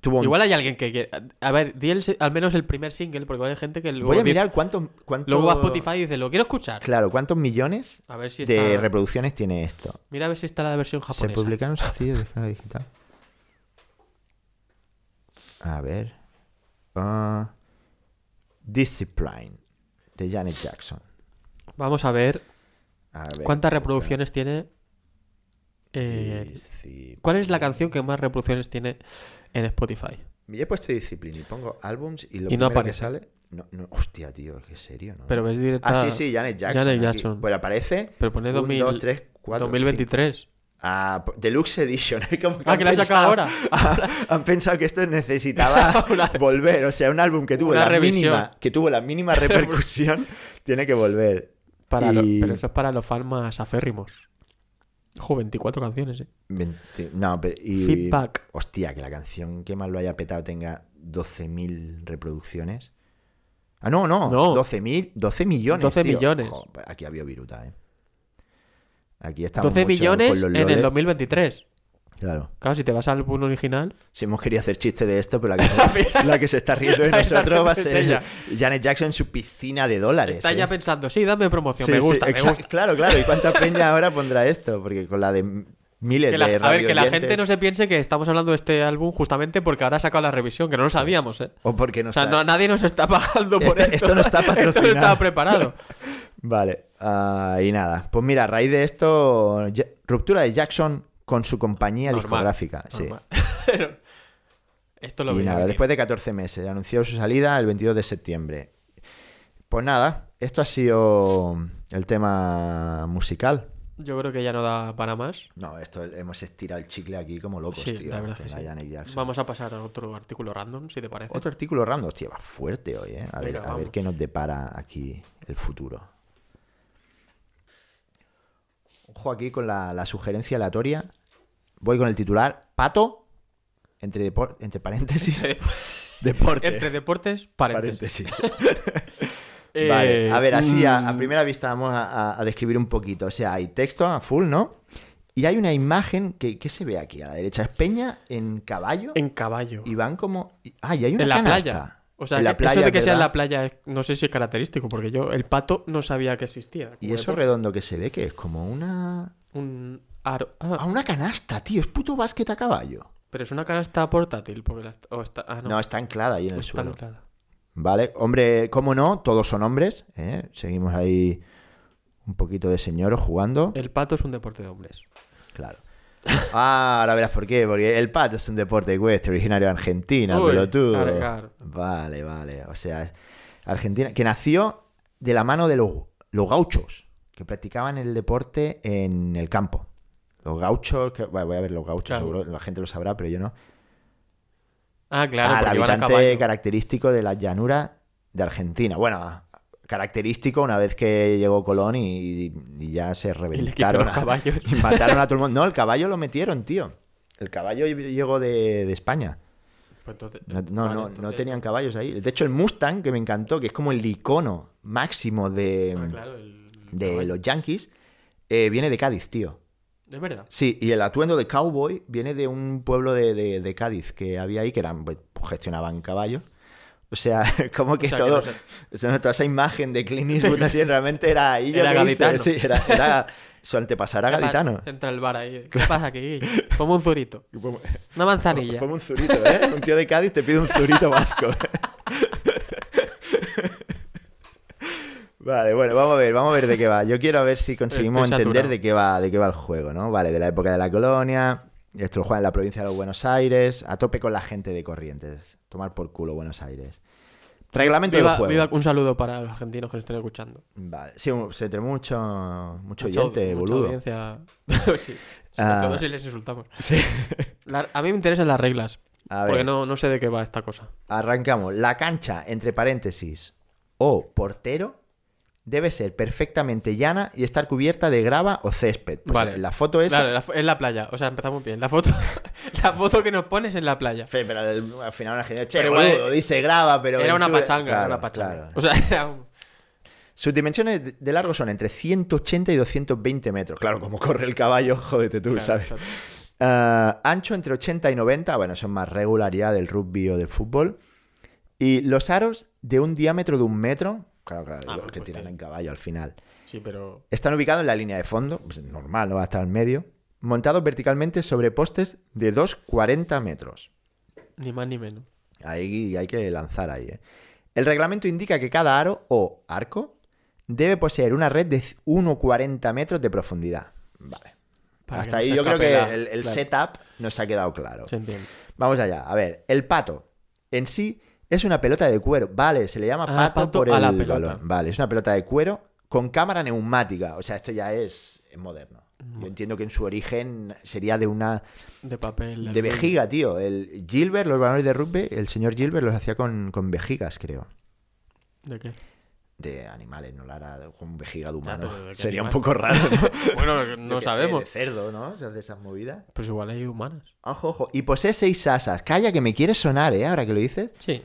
Speaker 3: Tuvo un-
Speaker 1: Igual hay alguien que quiere. A ver, di el se- al menos el primer single, porque igual hay gente que luego.
Speaker 3: Voy a
Speaker 1: dice-
Speaker 3: mirar cuántos... cuántos-
Speaker 1: Luego va a Spotify y dice, lo quiero escuchar.
Speaker 3: Claro, cuántos millones
Speaker 1: A ver si está.
Speaker 3: de reproducciones tiene esto.
Speaker 1: Mira a ver si está la versión
Speaker 3: Se
Speaker 1: japonesa.
Speaker 3: publicaron sencillos de escala digital. A ver. Ah, Discipline de Janet Jackson.
Speaker 1: Vamos a ver
Speaker 3: A ver,
Speaker 1: cuántas reproducciones tiene. eh,
Speaker 3: Discipline.
Speaker 1: ¿Cuál es la canción que más reproducciones tiene en Spotify?
Speaker 3: Me he puesto Discipline y pongo álbums y lo
Speaker 1: Y no
Speaker 3: primero que
Speaker 1: aparece.
Speaker 3: sale. No, no, hostia, tío, qué serio, ¿no?
Speaker 1: Pero ves directa.
Speaker 3: ah, sí, sí, Janet Jackson.
Speaker 1: Janet
Speaker 3: aquí.
Speaker 1: Jackson.
Speaker 3: Pues aparece.
Speaker 1: Pero pone 2000
Speaker 3: 2, 3, 4.
Speaker 1: 2023.
Speaker 3: Ah, po- Deluxe Edition. Como
Speaker 1: Ah,
Speaker 3: han
Speaker 1: que la has sacado
Speaker 3: pensado-
Speaker 1: ahora.
Speaker 3: han pensado que esto necesitaba volver. O sea, un álbum que tuvo,
Speaker 1: Una
Speaker 3: la
Speaker 1: revisión.
Speaker 3: mínima, que tuvo la mínima repercusión tiene que volver.
Speaker 1: Para lo-
Speaker 3: Y-
Speaker 1: pero eso es para los fans más aférrimos. Ojo, 24 canciones, eh.
Speaker 3: Veinti- No, pero. y-
Speaker 1: Feedback.
Speaker 3: Hostia, que la canción que más lo haya petado tenga 12.000 reproducciones. Ah, no, no.
Speaker 1: No.
Speaker 3: 12.000, 12 millones.
Speaker 1: 12
Speaker 3: tío.
Speaker 1: millones.
Speaker 3: Jo, aquí había viruta, eh. Aquí estamos
Speaker 1: 12
Speaker 3: mucho con
Speaker 1: millones
Speaker 3: los
Speaker 1: en el
Speaker 3: loles.
Speaker 1: 2023.
Speaker 3: Claro.
Speaker 1: Claro, si te vas al álbum original.
Speaker 3: Si hemos querido hacer chiste de esto, pero la que, la que se está riendo de
Speaker 1: La que está
Speaker 3: nosotros va a
Speaker 1: riendo
Speaker 3: ser
Speaker 1: es ella.
Speaker 3: Janet Jackson en su piscina de dólares.
Speaker 1: Estás
Speaker 3: ¿eh?
Speaker 1: ya pensando, sí, dame promoción,
Speaker 3: Sí,
Speaker 1: me
Speaker 3: sí,
Speaker 1: gusta, me
Speaker 3: exacto.
Speaker 1: gusta.
Speaker 3: Claro, claro. ¿Y cuánta peña ahora pondrá esto? Porque con la de m- miles
Speaker 1: Que la-
Speaker 3: de
Speaker 1: a ver, que la
Speaker 3: radioyentes-
Speaker 1: gente no se piense que estamos hablando de este álbum justamente porque ahora ha sacado la revisión, que no lo sabíamos, ¿eh?
Speaker 3: O porque no
Speaker 1: O sea,
Speaker 3: sabe.
Speaker 1: no, nadie nos está pagando por
Speaker 3: Esto-
Speaker 1: esto.
Speaker 3: esto no está
Speaker 1: Esto no
Speaker 3: patrocinado.
Speaker 1: estaba preparado.
Speaker 3: Vale. ah, y nada. Pues mira, a raíz de esto, ya- ruptura de Jackson con su compañía
Speaker 1: Normal,
Speaker 3: discográfica. Sí.
Speaker 1: normal. Pero esto lo
Speaker 3: Y
Speaker 1: veía
Speaker 3: nada,
Speaker 1: venir.
Speaker 3: después de 14 meses. Anunció su salida el 22 de septiembre. Pues nada, esto ha sido el tema musical.
Speaker 1: Yo creo que ya no da para más.
Speaker 3: No, esto hemos estirado el chicle aquí como locos,
Speaker 1: sí,
Speaker 3: tío.
Speaker 1: la verdad
Speaker 3: con
Speaker 1: es que
Speaker 3: la
Speaker 1: sí.
Speaker 3: Janet Jackson.
Speaker 1: Vamos a pasar a otro artículo random, si te parece.
Speaker 3: Otro artículo random, hostia, va fuerte hoy, ¿eh? A ver,
Speaker 1: Venga,
Speaker 3: a ver
Speaker 1: vamos.
Speaker 3: qué nos depara aquí el futuro. Ojo aquí con la, la sugerencia aleatoria. Voy con el titular, pato, entre, depor- entre paréntesis, deporte.
Speaker 1: Entre deportes, paréntesis.
Speaker 3: paréntesis.
Speaker 1: Eh,
Speaker 3: Vale, a ver, así a, a
Speaker 1: mm,
Speaker 3: primera vista vamos a, a- a describir un poquito. O sea, hay texto a full, ¿no? Y hay una imagen que, ¿qué se ve aquí a la derecha. Es Peña en caballo
Speaker 1: En caballo.
Speaker 3: y van como. y- Ah, y hay una
Speaker 1: En la
Speaker 3: canasta.
Speaker 1: playa. O sea,
Speaker 3: En
Speaker 1: que
Speaker 3: la
Speaker 1: eso de que
Speaker 3: playa,
Speaker 1: sea en
Speaker 3: ¿verdad?
Speaker 1: la playa es- no sé si es característico, porque yo el pato no sabía que existía.
Speaker 3: Y
Speaker 1: Como
Speaker 3: eso
Speaker 1: deporte.
Speaker 3: redondo que se ve, que es como una.
Speaker 1: Un aro- ah,
Speaker 3: Ah, una canasta, tío. Es puto básquet a caballo.
Speaker 1: Pero es una canasta portátil. Porque la est- o está, ah,
Speaker 3: No,
Speaker 1: no,
Speaker 3: está anclada ahí en el
Speaker 1: Pues está
Speaker 3: suelo.
Speaker 1: anclada.
Speaker 3: Vale, hombre, cómo no, todos son hombres. ¿eh? Seguimos ahí un poquito de señoros jugando.
Speaker 1: El pato es un deporte de hombres.
Speaker 3: Claro. Ah, ahora verás por qué. Porque el pato es un deporte ecuestre originario de Argentina,
Speaker 1: Uy,
Speaker 3: pelotudo.
Speaker 1: claro, claro.
Speaker 3: Vale, vale. O sea, es- Argentina, que nació de la mano de los, los gauchos, que practicaban el deporte en el campo. Los gauchos, que, bueno, voy a ver los gauchos,
Speaker 1: Claro.
Speaker 3: seguro la gente lo sabrá, pero yo no.
Speaker 1: Ah, claro,
Speaker 3: ah, el
Speaker 1: porque van a
Speaker 3: habitante
Speaker 1: caballo.
Speaker 3: característico de las llanuras de Argentina. Bueno, característico una vez que llegó Colón y, y ya se
Speaker 1: quitó
Speaker 3: reventaron.
Speaker 1: los
Speaker 3: a-
Speaker 1: caballos.
Speaker 3: y mataron a todo el mundo. No, el caballo lo metieron, tío. El caballo llegó de, de España.
Speaker 1: Pues entonces,
Speaker 3: No,
Speaker 1: eh,
Speaker 3: no,
Speaker 1: vale,
Speaker 3: no, no
Speaker 1: entonces-
Speaker 3: tenían caballos ahí. De hecho, el Mustang, que me encantó, que es como el icono máximo de,
Speaker 1: Ah, claro, el- el
Speaker 3: de
Speaker 1: caballo.
Speaker 3: los Yankees, eh, viene de Cádiz, tío.
Speaker 1: Es verdad.
Speaker 3: Sí, y el atuendo de cowboy viene de un pueblo de, de- de Cádiz que había ahí, que eran, pues, gestionaban caballos. O sea, como que
Speaker 1: sea, que
Speaker 3: todo.
Speaker 1: no sé.
Speaker 3: o sea, no, toda esa imagen de Clint Eastwood así realmente era ahí. yo
Speaker 1: Era
Speaker 3: qué hice.
Speaker 1: gaditano.
Speaker 3: Sí, era, era- Su antepasará
Speaker 1: ¿Qué pasa?
Speaker 3: gaditano.
Speaker 1: Entra el bar ahí. ¿Qué pasa aquí? Como un zurito. Una manzanilla.
Speaker 3: Como un zurito, ¿eh? Un tío de Cádiz te pide un zurito vasco. Vale, bueno, vamos a ver, vamos a ver de qué va. Yo quiero ver si conseguimos
Speaker 1: Estoy
Speaker 3: entender
Speaker 1: saturado.
Speaker 3: de qué va, de qué va el juego, ¿no? Vale, de la época de la colonia, esto lo juega en la provincia de los Buenos Aires, a tope con la gente de Corrientes. Tomar por culo Buenos Aires. Reglamento
Speaker 1: Viva-
Speaker 3: del juego.
Speaker 1: viva- un saludo para los argentinos que nos estén escuchando.
Speaker 3: Vale, sí, un- se te mucho,
Speaker 1: Mucha-
Speaker 3: mucho oyente,
Speaker 1: mucha
Speaker 3: boludo.
Speaker 1: audiencia. sí. Sobre
Speaker 3: Ah.
Speaker 1: todo si les insultamos. La- a mí me interesan las reglas.
Speaker 3: A
Speaker 1: porque
Speaker 3: ver.
Speaker 1: no, no sé de qué va esta cosa.
Speaker 3: Arrancamos. La cancha, entre paréntesis, o portero, debe ser perfectamente llana y estar cubierta de grava o césped. Pues
Speaker 1: Vale.
Speaker 3: en La foto es.
Speaker 1: Claro, la fo- es la playa. O sea, empezamos bien. La foto, la foto que nos pones es la playa.
Speaker 3: Fe, Pero al, al final una gente che,
Speaker 1: Pero igual eh,
Speaker 3: boludo, dice grava, pero.
Speaker 1: Era una
Speaker 3: tú-
Speaker 1: pachanga, era
Speaker 3: Claro,
Speaker 1: una pachanga.
Speaker 3: claro.
Speaker 1: O sea, era un-
Speaker 3: Sus dimensiones de- de largo son entre 180 y 220 metros. Claro, como corre el caballo, jódete tú,
Speaker 1: claro,
Speaker 3: ¿sabes?
Speaker 1: exacto.
Speaker 3: Ah, ancho entre 80 y 90, bueno, eso es más regularidad del rugby o del fútbol. Y los aros de un diámetro de un metro, claro, claro,
Speaker 1: Ah,
Speaker 3: los
Speaker 1: pues,
Speaker 3: que
Speaker 1: pues,
Speaker 3: tiran
Speaker 1: tiene.
Speaker 3: en caballo al final.
Speaker 1: Sí, pero.
Speaker 3: Están ubicados en la línea de fondo, pues normal, no va a estar en medio, montados verticalmente sobre postes de 2,40 metros.
Speaker 1: Ni más ni menos.
Speaker 3: Ahí hay que lanzar ahí, ¿eh? El reglamento indica que cada aro o arco debe poseer una red de 1,40 metros de profundidad. Vale.
Speaker 1: Para
Speaker 3: Hasta
Speaker 1: que no
Speaker 3: ahí
Speaker 1: se
Speaker 3: yo creo
Speaker 1: escape
Speaker 3: que
Speaker 1: la-
Speaker 3: el, el
Speaker 1: claro.
Speaker 3: setup nos ha quedado claro.
Speaker 1: Se entiende.
Speaker 3: Vamos allá. A ver, el pato en sí es una pelota de cuero. Vale, se le llama
Speaker 1: Ah,
Speaker 3: pato,
Speaker 1: pato
Speaker 3: por el
Speaker 1: a la pelota.
Speaker 3: balón. Vale, es una pelota de cuero con cámara neumática. O sea, esto ya es, es moderno. Yo entiendo que en su origen sería de una
Speaker 1: De papel.
Speaker 3: de
Speaker 1: aluminio.
Speaker 3: vejiga, tío. El Gilbert, los balones de rugby, el señor Gilbert los hacía con, con vejigas, creo.
Speaker 1: ¿De qué?
Speaker 3: De animales, no la hará con vejiga de humano.
Speaker 1: pero ¿de qué
Speaker 3: sería un
Speaker 1: animal?
Speaker 3: poco raro. ¿no?
Speaker 1: Bueno, no
Speaker 3: Yo qué sé,
Speaker 1: sabemos.
Speaker 3: de cerdo, ¿no? Se hace esas movidas.
Speaker 1: Pues igual hay humanas.
Speaker 3: Ojo, ojo. Y posee seis asas. Calla, que me quiere sonar, ¿eh? Ahora que lo dices.
Speaker 1: Sí.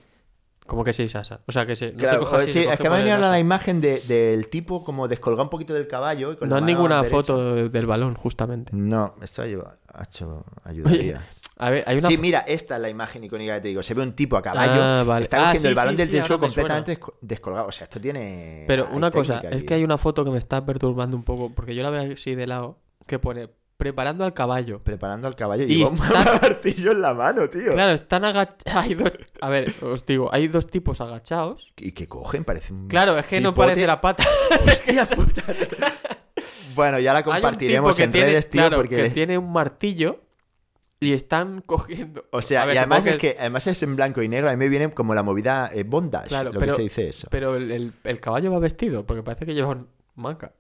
Speaker 1: Como que sí, Sasa. O sea, que sí. No se
Speaker 3: Claro,
Speaker 1: coge así,
Speaker 3: joder,
Speaker 1: se
Speaker 3: sí, es
Speaker 1: coge
Speaker 3: que me ha
Speaker 1: por el
Speaker 3: venido ahora
Speaker 1: asa.
Speaker 3: la imagen de- del tipo como descolgado un poquito del caballo. y con
Speaker 1: No
Speaker 3: la
Speaker 1: hay
Speaker 3: mano
Speaker 1: ninguna
Speaker 3: derecha.
Speaker 1: foto de- del balón, justamente.
Speaker 3: No, esto ayuda, acho,
Speaker 1: Oye,
Speaker 3: ayudaría.
Speaker 1: a ver, hay una.
Speaker 3: Sí,
Speaker 1: fo-
Speaker 3: mira, esta es la imagen icónica que te digo. Se ve un tipo a caballo.
Speaker 1: Ah, vale.
Speaker 3: Está
Speaker 1: Ah,
Speaker 3: cogiendo
Speaker 1: sí,
Speaker 3: el balón
Speaker 1: sí,
Speaker 3: del
Speaker 1: sí,
Speaker 3: del
Speaker 1: ahora
Speaker 3: suelo
Speaker 1: me suena.
Speaker 3: completamente desco- descolgado. O sea, esto tiene.
Speaker 1: Pero
Speaker 3: hay
Speaker 1: una cosa,
Speaker 3: técnica
Speaker 1: es
Speaker 3: aquí.
Speaker 1: que hay una foto que me está perturbando un poco, porque yo la veo así de lado, que pone preparando al caballo.
Speaker 3: Preparando al caballo
Speaker 1: Y
Speaker 3: y lleva un
Speaker 1: está-
Speaker 3: martillo en la mano, tío.
Speaker 1: Claro, están agachados. Hay dos... A ver, os digo, hay dos tipos agachados.
Speaker 3: Y que cogen, parece un.
Speaker 1: Claro, es que no
Speaker 3: cipote.
Speaker 1: parece la pata.
Speaker 3: Hostia puta. bueno, ya la
Speaker 1: Hay un tipo
Speaker 3: compartiremos
Speaker 1: que
Speaker 3: en
Speaker 1: tiene,
Speaker 3: redes, tío,
Speaker 1: claro,
Speaker 3: porque.
Speaker 1: que tiene un martillo y están cogiendo.
Speaker 3: O sea,
Speaker 1: A ver,
Speaker 3: y además
Speaker 1: supongo
Speaker 3: es que además es en blanco y negro, a mí me viene como la movida eh, bondage,
Speaker 1: Claro,
Speaker 3: lo
Speaker 1: pero-
Speaker 3: que se dice eso.
Speaker 1: Pero el, el- el caballo va vestido, porque parece que lleva un manga.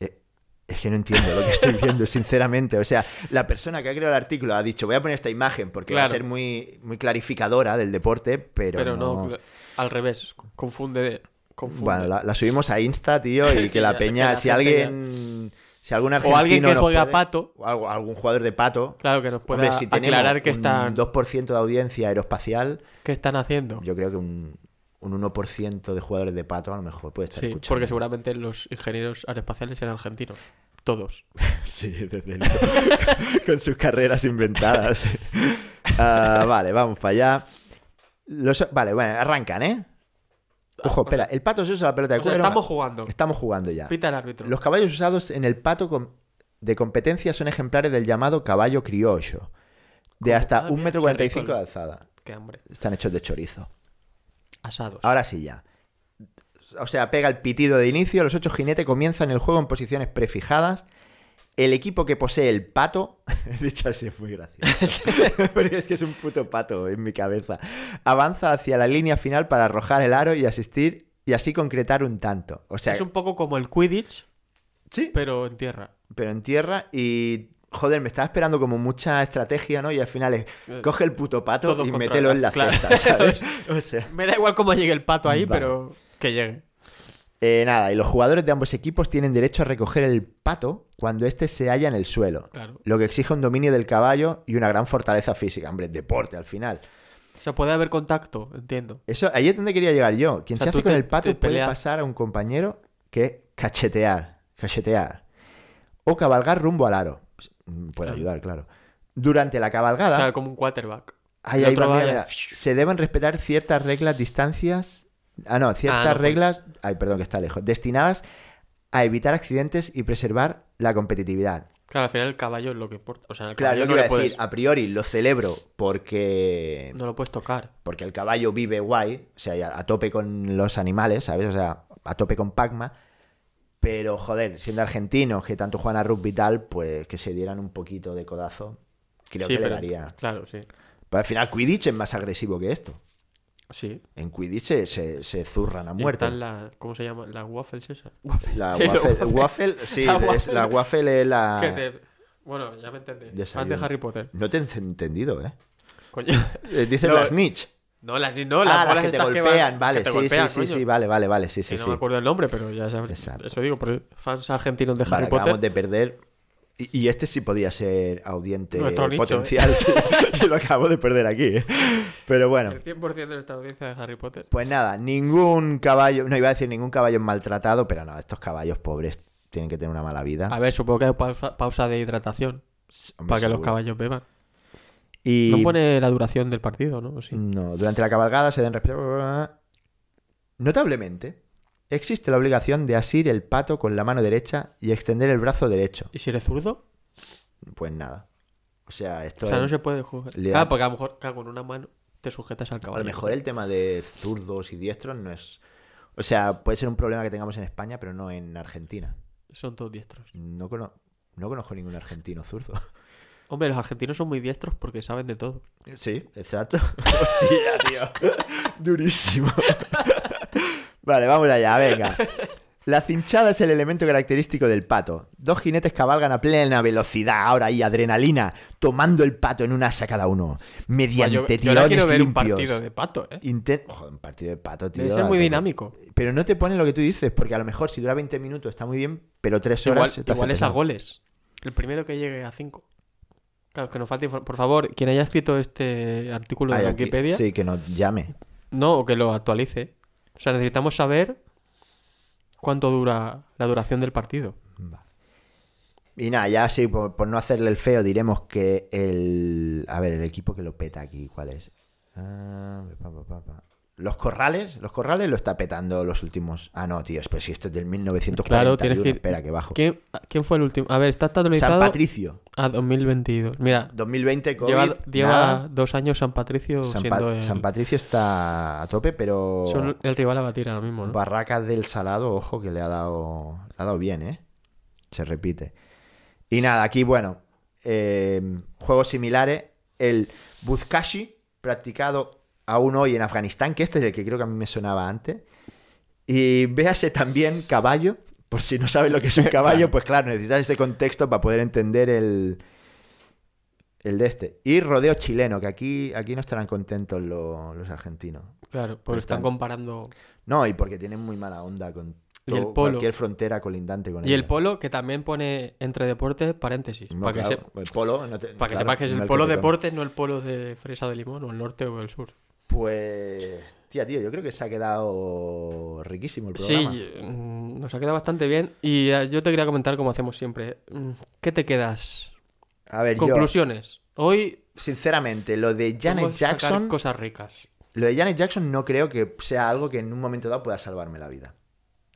Speaker 3: Eh, es que no entiendo lo que estoy viendo, sinceramente. O sea, la persona que ha creado el artículo ha dicho, voy a poner esta imagen porque va a
Speaker 1: Claro.
Speaker 3: ser muy, muy clarificadora del deporte, pero,
Speaker 1: Pero, no,
Speaker 3: no...
Speaker 1: al revés, confunde. confunde.
Speaker 3: Bueno, la, la subimos a Insta, tío, y
Speaker 1: Sí,
Speaker 3: que
Speaker 1: ya,
Speaker 3: la
Speaker 1: es
Speaker 3: peña,
Speaker 1: que la
Speaker 3: si
Speaker 1: gente
Speaker 3: alguien... Si algún
Speaker 1: O
Speaker 3: argentino
Speaker 1: alguien que
Speaker 3: nos
Speaker 1: juega
Speaker 3: puede-
Speaker 1: pato,
Speaker 3: o algo- algún jugador de pato...
Speaker 1: claro que nos pueda
Speaker 3: Hombre, si tenemos
Speaker 1: aclarar que
Speaker 3: un
Speaker 1: están,
Speaker 3: 2% de audiencia aeroespacial,
Speaker 1: que están haciendo.
Speaker 3: yo creo que un, un 1% de jugadores de pato a lo mejor puede estar
Speaker 1: Sí,
Speaker 3: escuchando.
Speaker 1: porque seguramente los ingenieros aeroespaciales eran argentinos. Todos.
Speaker 3: Sí, desde luego. Con sus carreras inventadas. Ah, vale, vamos para allá. Los- vale, bueno, arrancan, ¿eh?
Speaker 1: Ah,
Speaker 3: Ojo,
Speaker 1: o
Speaker 3: espera, el pato se usa la pelota de
Speaker 1: O sea,
Speaker 3: cuero.
Speaker 1: estamos jugando.
Speaker 3: Estamos jugando ya.
Speaker 1: Pita el árbitro.
Speaker 3: Los caballos usados en el pato com- de competencia son ejemplares del llamado caballo criollo, de
Speaker 1: ¿Cómo?
Speaker 3: hasta
Speaker 1: Ah,
Speaker 3: 1,45
Speaker 1: mira,
Speaker 3: metro
Speaker 1: qué
Speaker 3: cuarenta y cinco
Speaker 1: rico.
Speaker 3: de alzada.
Speaker 1: Qué hambre.
Speaker 3: Están hechos de chorizo.
Speaker 1: Asados.
Speaker 3: Ahora sí ya. O sea, pega el pitido de inicio, los ocho jinetes comienzan el juego en posiciones prefijadas. El equipo que posee el pato, de hecho así es muy gracioso, porque es que es un puto pato en mi cabeza, avanza hacia la línea final para arrojar el aro y asistir y así concretar un tanto. O sea,
Speaker 1: es un poco como el Quidditch,
Speaker 3: sí,
Speaker 1: pero en tierra.
Speaker 3: pero en tierra y... Joder, me estaba esperando como mucha estrategia, ¿no? Y al final es, coge el puto pato
Speaker 1: Eh, Todo
Speaker 3: y
Speaker 1: contra
Speaker 3: mételo en la
Speaker 1: la- claro.
Speaker 3: cesta, ¿sabes? O sea,
Speaker 1: Me da igual cómo llegue el pato ahí,
Speaker 3: Vale.
Speaker 1: pero que llegue.
Speaker 3: Eh, nada, y los jugadores de ambos equipos tienen derecho a recoger el pato cuando éste se halla en el suelo.
Speaker 1: Claro.
Speaker 3: Lo que exige un dominio del caballo y una gran fortaleza física. Hombre, deporte al final.
Speaker 1: O sea, puede haber contacto, entiendo.
Speaker 3: Eso, ahí es donde quería llegar yo. Quien
Speaker 1: O sea,
Speaker 3: se hace
Speaker 1: tú
Speaker 3: con
Speaker 1: te-
Speaker 3: el pato
Speaker 1: te
Speaker 3: puede
Speaker 1: peleas.
Speaker 3: pasar a un compañero que es cachetear, cachetear. O cabalgar rumbo al aro. Pues, mm, Puede
Speaker 1: Claro.
Speaker 3: ayudar, claro. Durante la
Speaker 1: O
Speaker 3: cabalgada,
Speaker 1: sea, como un quarterback.
Speaker 3: ay,
Speaker 1: el
Speaker 3: ay,
Speaker 1: otro
Speaker 3: mira,
Speaker 1: va y-
Speaker 3: mira, se deben respetar ciertas reglas, distancias. Ah, no, ciertas
Speaker 1: Ah, no, pues.
Speaker 3: reglas. Ay, perdón, que está lejos. Destinadas a evitar accidentes y preservar la competitividad.
Speaker 1: Claro, al final el caballo es lo que importa. O sea, el
Speaker 3: Claro,
Speaker 1: caballo
Speaker 3: lo que
Speaker 1: no, le
Speaker 3: iba a decir,
Speaker 1: puedes,
Speaker 3: a priori lo celebro porque
Speaker 1: no lo puedes tocar.
Speaker 3: porque el caballo vive guay, o sea, y a, a tope con los animales, ¿sabes? O sea, a tope con Pacma. Pero, joder, siendo argentinos que tanto juegan a rugby y tal, pues que se dieran un poquito de codazo, creo
Speaker 1: sí,
Speaker 3: que
Speaker 1: pero,
Speaker 3: le daría.
Speaker 1: Claro, sí.
Speaker 3: Pero al final, Quidditch es más agresivo que esto.
Speaker 1: Sí.
Speaker 3: En Quidditch se, se- se zurran a muerte.
Speaker 1: Están la, ¿Cómo se llama? ¿Las waffles esas?
Speaker 3: La
Speaker 1: Sí, los
Speaker 3: waffle,
Speaker 1: waffles.
Speaker 3: waffle- sí,
Speaker 1: La
Speaker 3: es- la waffle es la.
Speaker 1: Que te- Bueno, ya me entendí. Fan de
Speaker 3: Desayuno.
Speaker 1: Harry Potter.
Speaker 3: No te he entendido, ¿eh?
Speaker 1: Coño.
Speaker 3: Eh, Dicen
Speaker 1: No,
Speaker 3: las niche.
Speaker 1: No, las, no, las
Speaker 3: Ah,
Speaker 1: bolas
Speaker 3: las que te
Speaker 1: estas que
Speaker 3: golpean,
Speaker 1: van-
Speaker 3: vale.
Speaker 1: que te
Speaker 3: sí,
Speaker 1: golpean,
Speaker 3: sí, sí,
Speaker 1: coño.
Speaker 3: sí, vale, vale, vale, sí, sí.
Speaker 1: Que no
Speaker 3: sí.
Speaker 1: me acuerdo el nombre, pero ya sabes.
Speaker 3: Exacto.
Speaker 1: Eso digo, por fans argentinos de
Speaker 3: Vale,
Speaker 1: Harry Potter.
Speaker 3: acabamos de perder. Y, y este sí podía ser audiente
Speaker 1: Nuestro nicho, ¿eh?
Speaker 3: potencial. sí. Yo lo acabo de perder aquí. ¿eh? Pero bueno.
Speaker 1: El 100% de nuestra audiencia de Harry Potter.
Speaker 3: Pues nada, ningún caballo. No iba a decir ningún caballo es maltratado, pero no, estos caballos pobres tienen que tener una mala vida.
Speaker 1: A ver, supongo que hay pausa, pausa de hidratación
Speaker 3: Ah. Hombre,
Speaker 1: para que los
Speaker 3: seguro.
Speaker 1: caballos beban.
Speaker 3: Y... Mm.
Speaker 1: No pone la duración del partido, ¿no? ¿O Sí.
Speaker 3: No, durante la cabalgada se den respeto. Notablemente, existe la obligación de asir el pato con la mano derecha y extender el brazo derecho.
Speaker 1: ¿Y si eres zurdo?
Speaker 3: Pues nada. O sea, esto
Speaker 1: O sea,
Speaker 3: es-
Speaker 1: no se puede jugar.
Speaker 3: Le
Speaker 1: Claro,
Speaker 3: da-
Speaker 1: porque a lo mejor claro, con una mano te sujetas al
Speaker 3: A
Speaker 1: caballo.
Speaker 3: lo mejor ¿eh? el tema de zurdos y diestros no es. O sea, puede ser un problema que tengamos en España, pero no en Argentina.
Speaker 1: Son todos diestros.
Speaker 3: No, cono- no conozco ningún argentino zurdo.
Speaker 1: Hombre, los argentinos son muy diestros porque saben de todo.
Speaker 3: Sí, exacto. Hostia, tío. Durísimo. vale, vamos allá, venga. La cinchada es el elemento característico del pato. Dos jinetes cabalgan a plena velocidad, ahora y adrenalina, tomando el pato en una asa cada uno, mediante
Speaker 1: Pues Yo, yo ahora
Speaker 3: tirones
Speaker 1: quiero ver un
Speaker 3: limpios.
Speaker 1: partido de pato, ¿eh?
Speaker 3: Inten- Joder, un partido de pato, tío.
Speaker 1: Debe ser muy
Speaker 3: a tope.
Speaker 1: dinámico.
Speaker 3: Pero no te ponen lo que tú dices, porque a lo mejor si dura 20 minutos está muy bien, pero 3 horas.
Speaker 1: Igual,
Speaker 3: se te hace
Speaker 1: igual es a
Speaker 3: pesado.
Speaker 1: goles. El primero que llegue a 5. Claro, que nos falta inform- Por favor, quien haya escrito este artículo
Speaker 3: Ay,
Speaker 1: de
Speaker 3: aquí-
Speaker 1: Wikipedia,
Speaker 3: Sí, que nos llame.
Speaker 1: no, o que lo actualice. O sea, necesitamos saber cuánto dura la duración del partido.
Speaker 3: Y nada, ya sí, por, por no hacerle el feo, diremos que el. A ver, el equipo que lo peta aquí, ¿cuál es? Ah, pa, pa, pa, pa. Los Corrales, los Corrales lo está petando los últimos. Ah, no, tío, pero si esto es del 1941.
Speaker 1: Claro, tienes que ir.
Speaker 3: Espera, que bajo.
Speaker 1: ¿Quién, a- quién fue el último? A ver, está
Speaker 3: San
Speaker 1: actualizado
Speaker 3: Patricio,
Speaker 1: a 2022. Mira,
Speaker 3: 2020, COVID,
Speaker 1: lleva, lleva
Speaker 3: nada.
Speaker 1: dos años San Patricio
Speaker 3: San,
Speaker 1: siendo
Speaker 3: Pa-
Speaker 1: el,
Speaker 3: San Patricio está a tope, pero.
Speaker 1: son el rival a batir ahora mismo, ¿no?
Speaker 3: Barracas del Salado, ojo, que le ha dado, le ha dado bien, ¿eh? Se repite. Y nada, aquí, bueno, eh, juegos similares. El Buzkashi, practicado aún hoy en Afganistán, que este es el que creo que a mí me sonaba antes. Y véase también caballo, por si no sabes lo que es un caballo, pues claro, necesitas ese contexto para poder entender el, el de este. Y rodeo chileno, que aquí, aquí no estarán contentos lo- los argentinos.
Speaker 1: Claro, porque
Speaker 3: están-
Speaker 1: están comparando.
Speaker 3: No, y porque tienen muy mala onda con
Speaker 1: Y el
Speaker 3: todo-
Speaker 1: polo.
Speaker 3: cualquier frontera colindante con
Speaker 1: Y el
Speaker 3: ella.
Speaker 1: polo, que también pone entre deportes paréntesis.
Speaker 3: No,
Speaker 1: para que,
Speaker 3: claro,
Speaker 1: se-
Speaker 3: el polo, no te-
Speaker 1: para que
Speaker 3: claro,
Speaker 1: sepas que es
Speaker 3: no
Speaker 1: el
Speaker 3: te
Speaker 1: polo
Speaker 3: con-
Speaker 1: deportes, no el polo de fresa de limón, o el norte o el sur.
Speaker 3: Pues, tía, tío, yo creo que se ha quedado riquísimo el
Speaker 1: Sí,
Speaker 3: programa.
Speaker 1: mm, nos ha quedado bastante bien. Y eh, yo te quería comentar, como hacemos siempre, mm, ¿qué te quedas?
Speaker 3: A ver,
Speaker 1: Conclusiones. Hoy
Speaker 3: yo, sinceramente, lo de Janet
Speaker 1: podemos sacar
Speaker 3: Jackson,
Speaker 1: cosas ricas.
Speaker 3: lo de Janet Jackson no creo que sea algo que en un momento dado pueda salvarme la vida.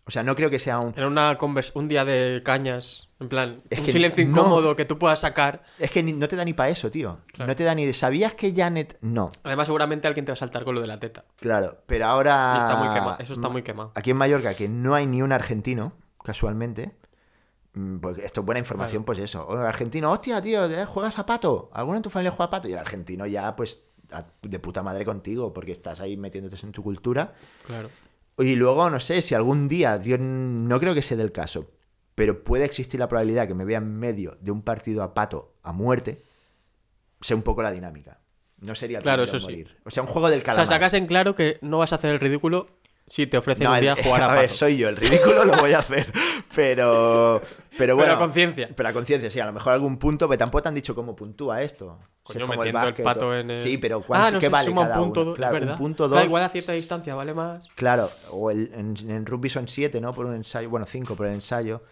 Speaker 3: O sea, no creo que sea un...
Speaker 1: Era una convers- un día de cañas, en plan,
Speaker 3: Es
Speaker 1: un
Speaker 3: que
Speaker 1: silencio
Speaker 3: no.
Speaker 1: incómodo que tú puedas sacar.
Speaker 3: Es que ni- no te da ni para eso, tío.
Speaker 1: Claro.
Speaker 3: No te da ni de... ¿Sabías que Janet...? No,
Speaker 1: Además, seguramente alguien te va a saltar con lo de la teta.
Speaker 3: claro. Pero ahora...
Speaker 1: Y está muy quema- Eso está muy quemado.
Speaker 3: aquí en Mallorca que no hay ni un argentino, casualmente, mm, pues esto es buena información, pues eso. O argentino, hostia, tío, ¿eh? juegas a pato. ¿Alguno de tu familia juega a pato? Y el argentino ya, pues, a- de puta madre contigo, porque estás ahí metiéndote en tu cultura.
Speaker 1: Claro.
Speaker 3: Y luego, no sé, si algún día, Dios, no creo que sea del caso, pero puede existir la probabilidad que me vea en medio de un partido a pato a muerte, sea un poco la dinámica. No sería el
Speaker 1: Claro,
Speaker 3: primero
Speaker 1: eso
Speaker 3: en
Speaker 1: sí.
Speaker 3: morir. O sea, un juego del
Speaker 1: O sea,
Speaker 3: calamar.
Speaker 1: sacas en claro que no vas a hacer el ridículo Sí, te ofrecen
Speaker 3: No,
Speaker 1: un
Speaker 3: el-
Speaker 1: día jugar a,
Speaker 3: a ver,
Speaker 1: pato.
Speaker 3: soy yo, el ridículo lo voy a hacer. Pero, pero bueno.
Speaker 1: Pero a conciencia.
Speaker 3: Pero a conciencia, sí, a lo mejor algún punto, pero tampoco te han dicho cómo puntúa esto. Si
Speaker 1: Coño,
Speaker 3: es como
Speaker 1: metiendo el,
Speaker 3: básquet,
Speaker 1: pato
Speaker 3: o-
Speaker 1: en el...
Speaker 3: Sí, pero ¿cuánto,
Speaker 1: ah, no,
Speaker 3: ¿qué
Speaker 1: sí,
Speaker 3: vale
Speaker 1: suma
Speaker 3: cada
Speaker 1: un punto,
Speaker 3: uno?
Speaker 1: dos,
Speaker 3: Claro,
Speaker 1: ¿verdad?
Speaker 3: un punto
Speaker 1: Da
Speaker 3: dos.
Speaker 1: igual a cierta distancia, vale más.
Speaker 3: Claro, o el- en, en rugby son siete, ¿no? Por un ensayo, bueno, cinco por el ensayo.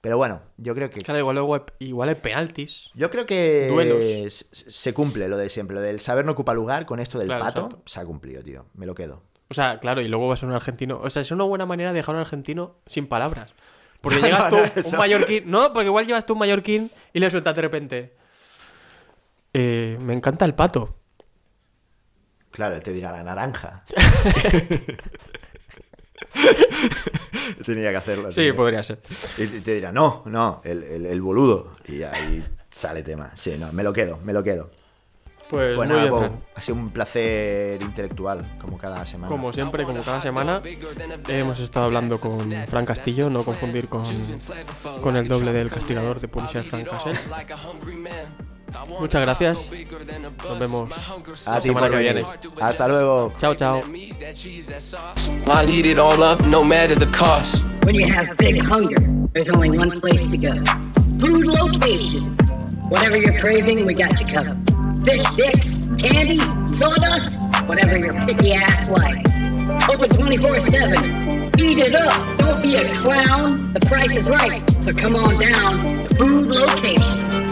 Speaker 3: Pero bueno, yo creo que...
Speaker 1: Claro, igual luego igual hay penaltis.
Speaker 3: Yo creo que
Speaker 1: Duelos.
Speaker 3: s- se cumple lo de siempre, lo del saber no ocupa lugar con esto del
Speaker 1: Claro,
Speaker 3: pato,
Speaker 1: exacto.
Speaker 3: se ha cumplido, tío, me lo quedo.
Speaker 1: O sea, claro, y luego vas a un argentino. O sea, es una buena manera de dejar a un argentino sin palabras. Porque
Speaker 3: No,
Speaker 1: llegas tú,
Speaker 3: no,
Speaker 1: un
Speaker 3: eso-
Speaker 1: mallorquín. No, porque igual llevas tú un mallorquín y le sueltas de repente. "Eh, me encanta el pato.
Speaker 3: Claro, él te dirá la naranja. Tenía que hacerlo.
Speaker 1: Sí,
Speaker 3: tío.
Speaker 1: podría ser.
Speaker 3: Y te dirá, no, no, el, el- el boludo. Y ahí sale tema. Sí, no, me lo quedo, me lo quedo.
Speaker 1: Pues
Speaker 3: Pues
Speaker 1: muy
Speaker 3: nada,
Speaker 1: bien,
Speaker 3: Pau,
Speaker 1: Fran.
Speaker 3: ha sido un placer intelectual, como cada semana.
Speaker 1: Como siempre, como cada semana, hemos estado hablando con Fran Castillo, no confundir con, con el doble del castigador de Punisher, Fran Castle. Muchas gracias. Nos vemos
Speaker 3: A
Speaker 1: la
Speaker 3: ti
Speaker 1: semana
Speaker 3: por
Speaker 1: que
Speaker 3: venir.
Speaker 1: viene.
Speaker 3: Hasta luego.
Speaker 1: Chao, chao.
Speaker 2: I'll eat it all up, no matter the cost.
Speaker 5: When you have big hunger, there's only one place to go. Food location. Whatever you're craving, we got you covered. Fish dicks, candy, sawdust, whatever your picky ass likes. Open 24-7. Eat it up. Don't be a clown. The price is right. So come on down. to Food location.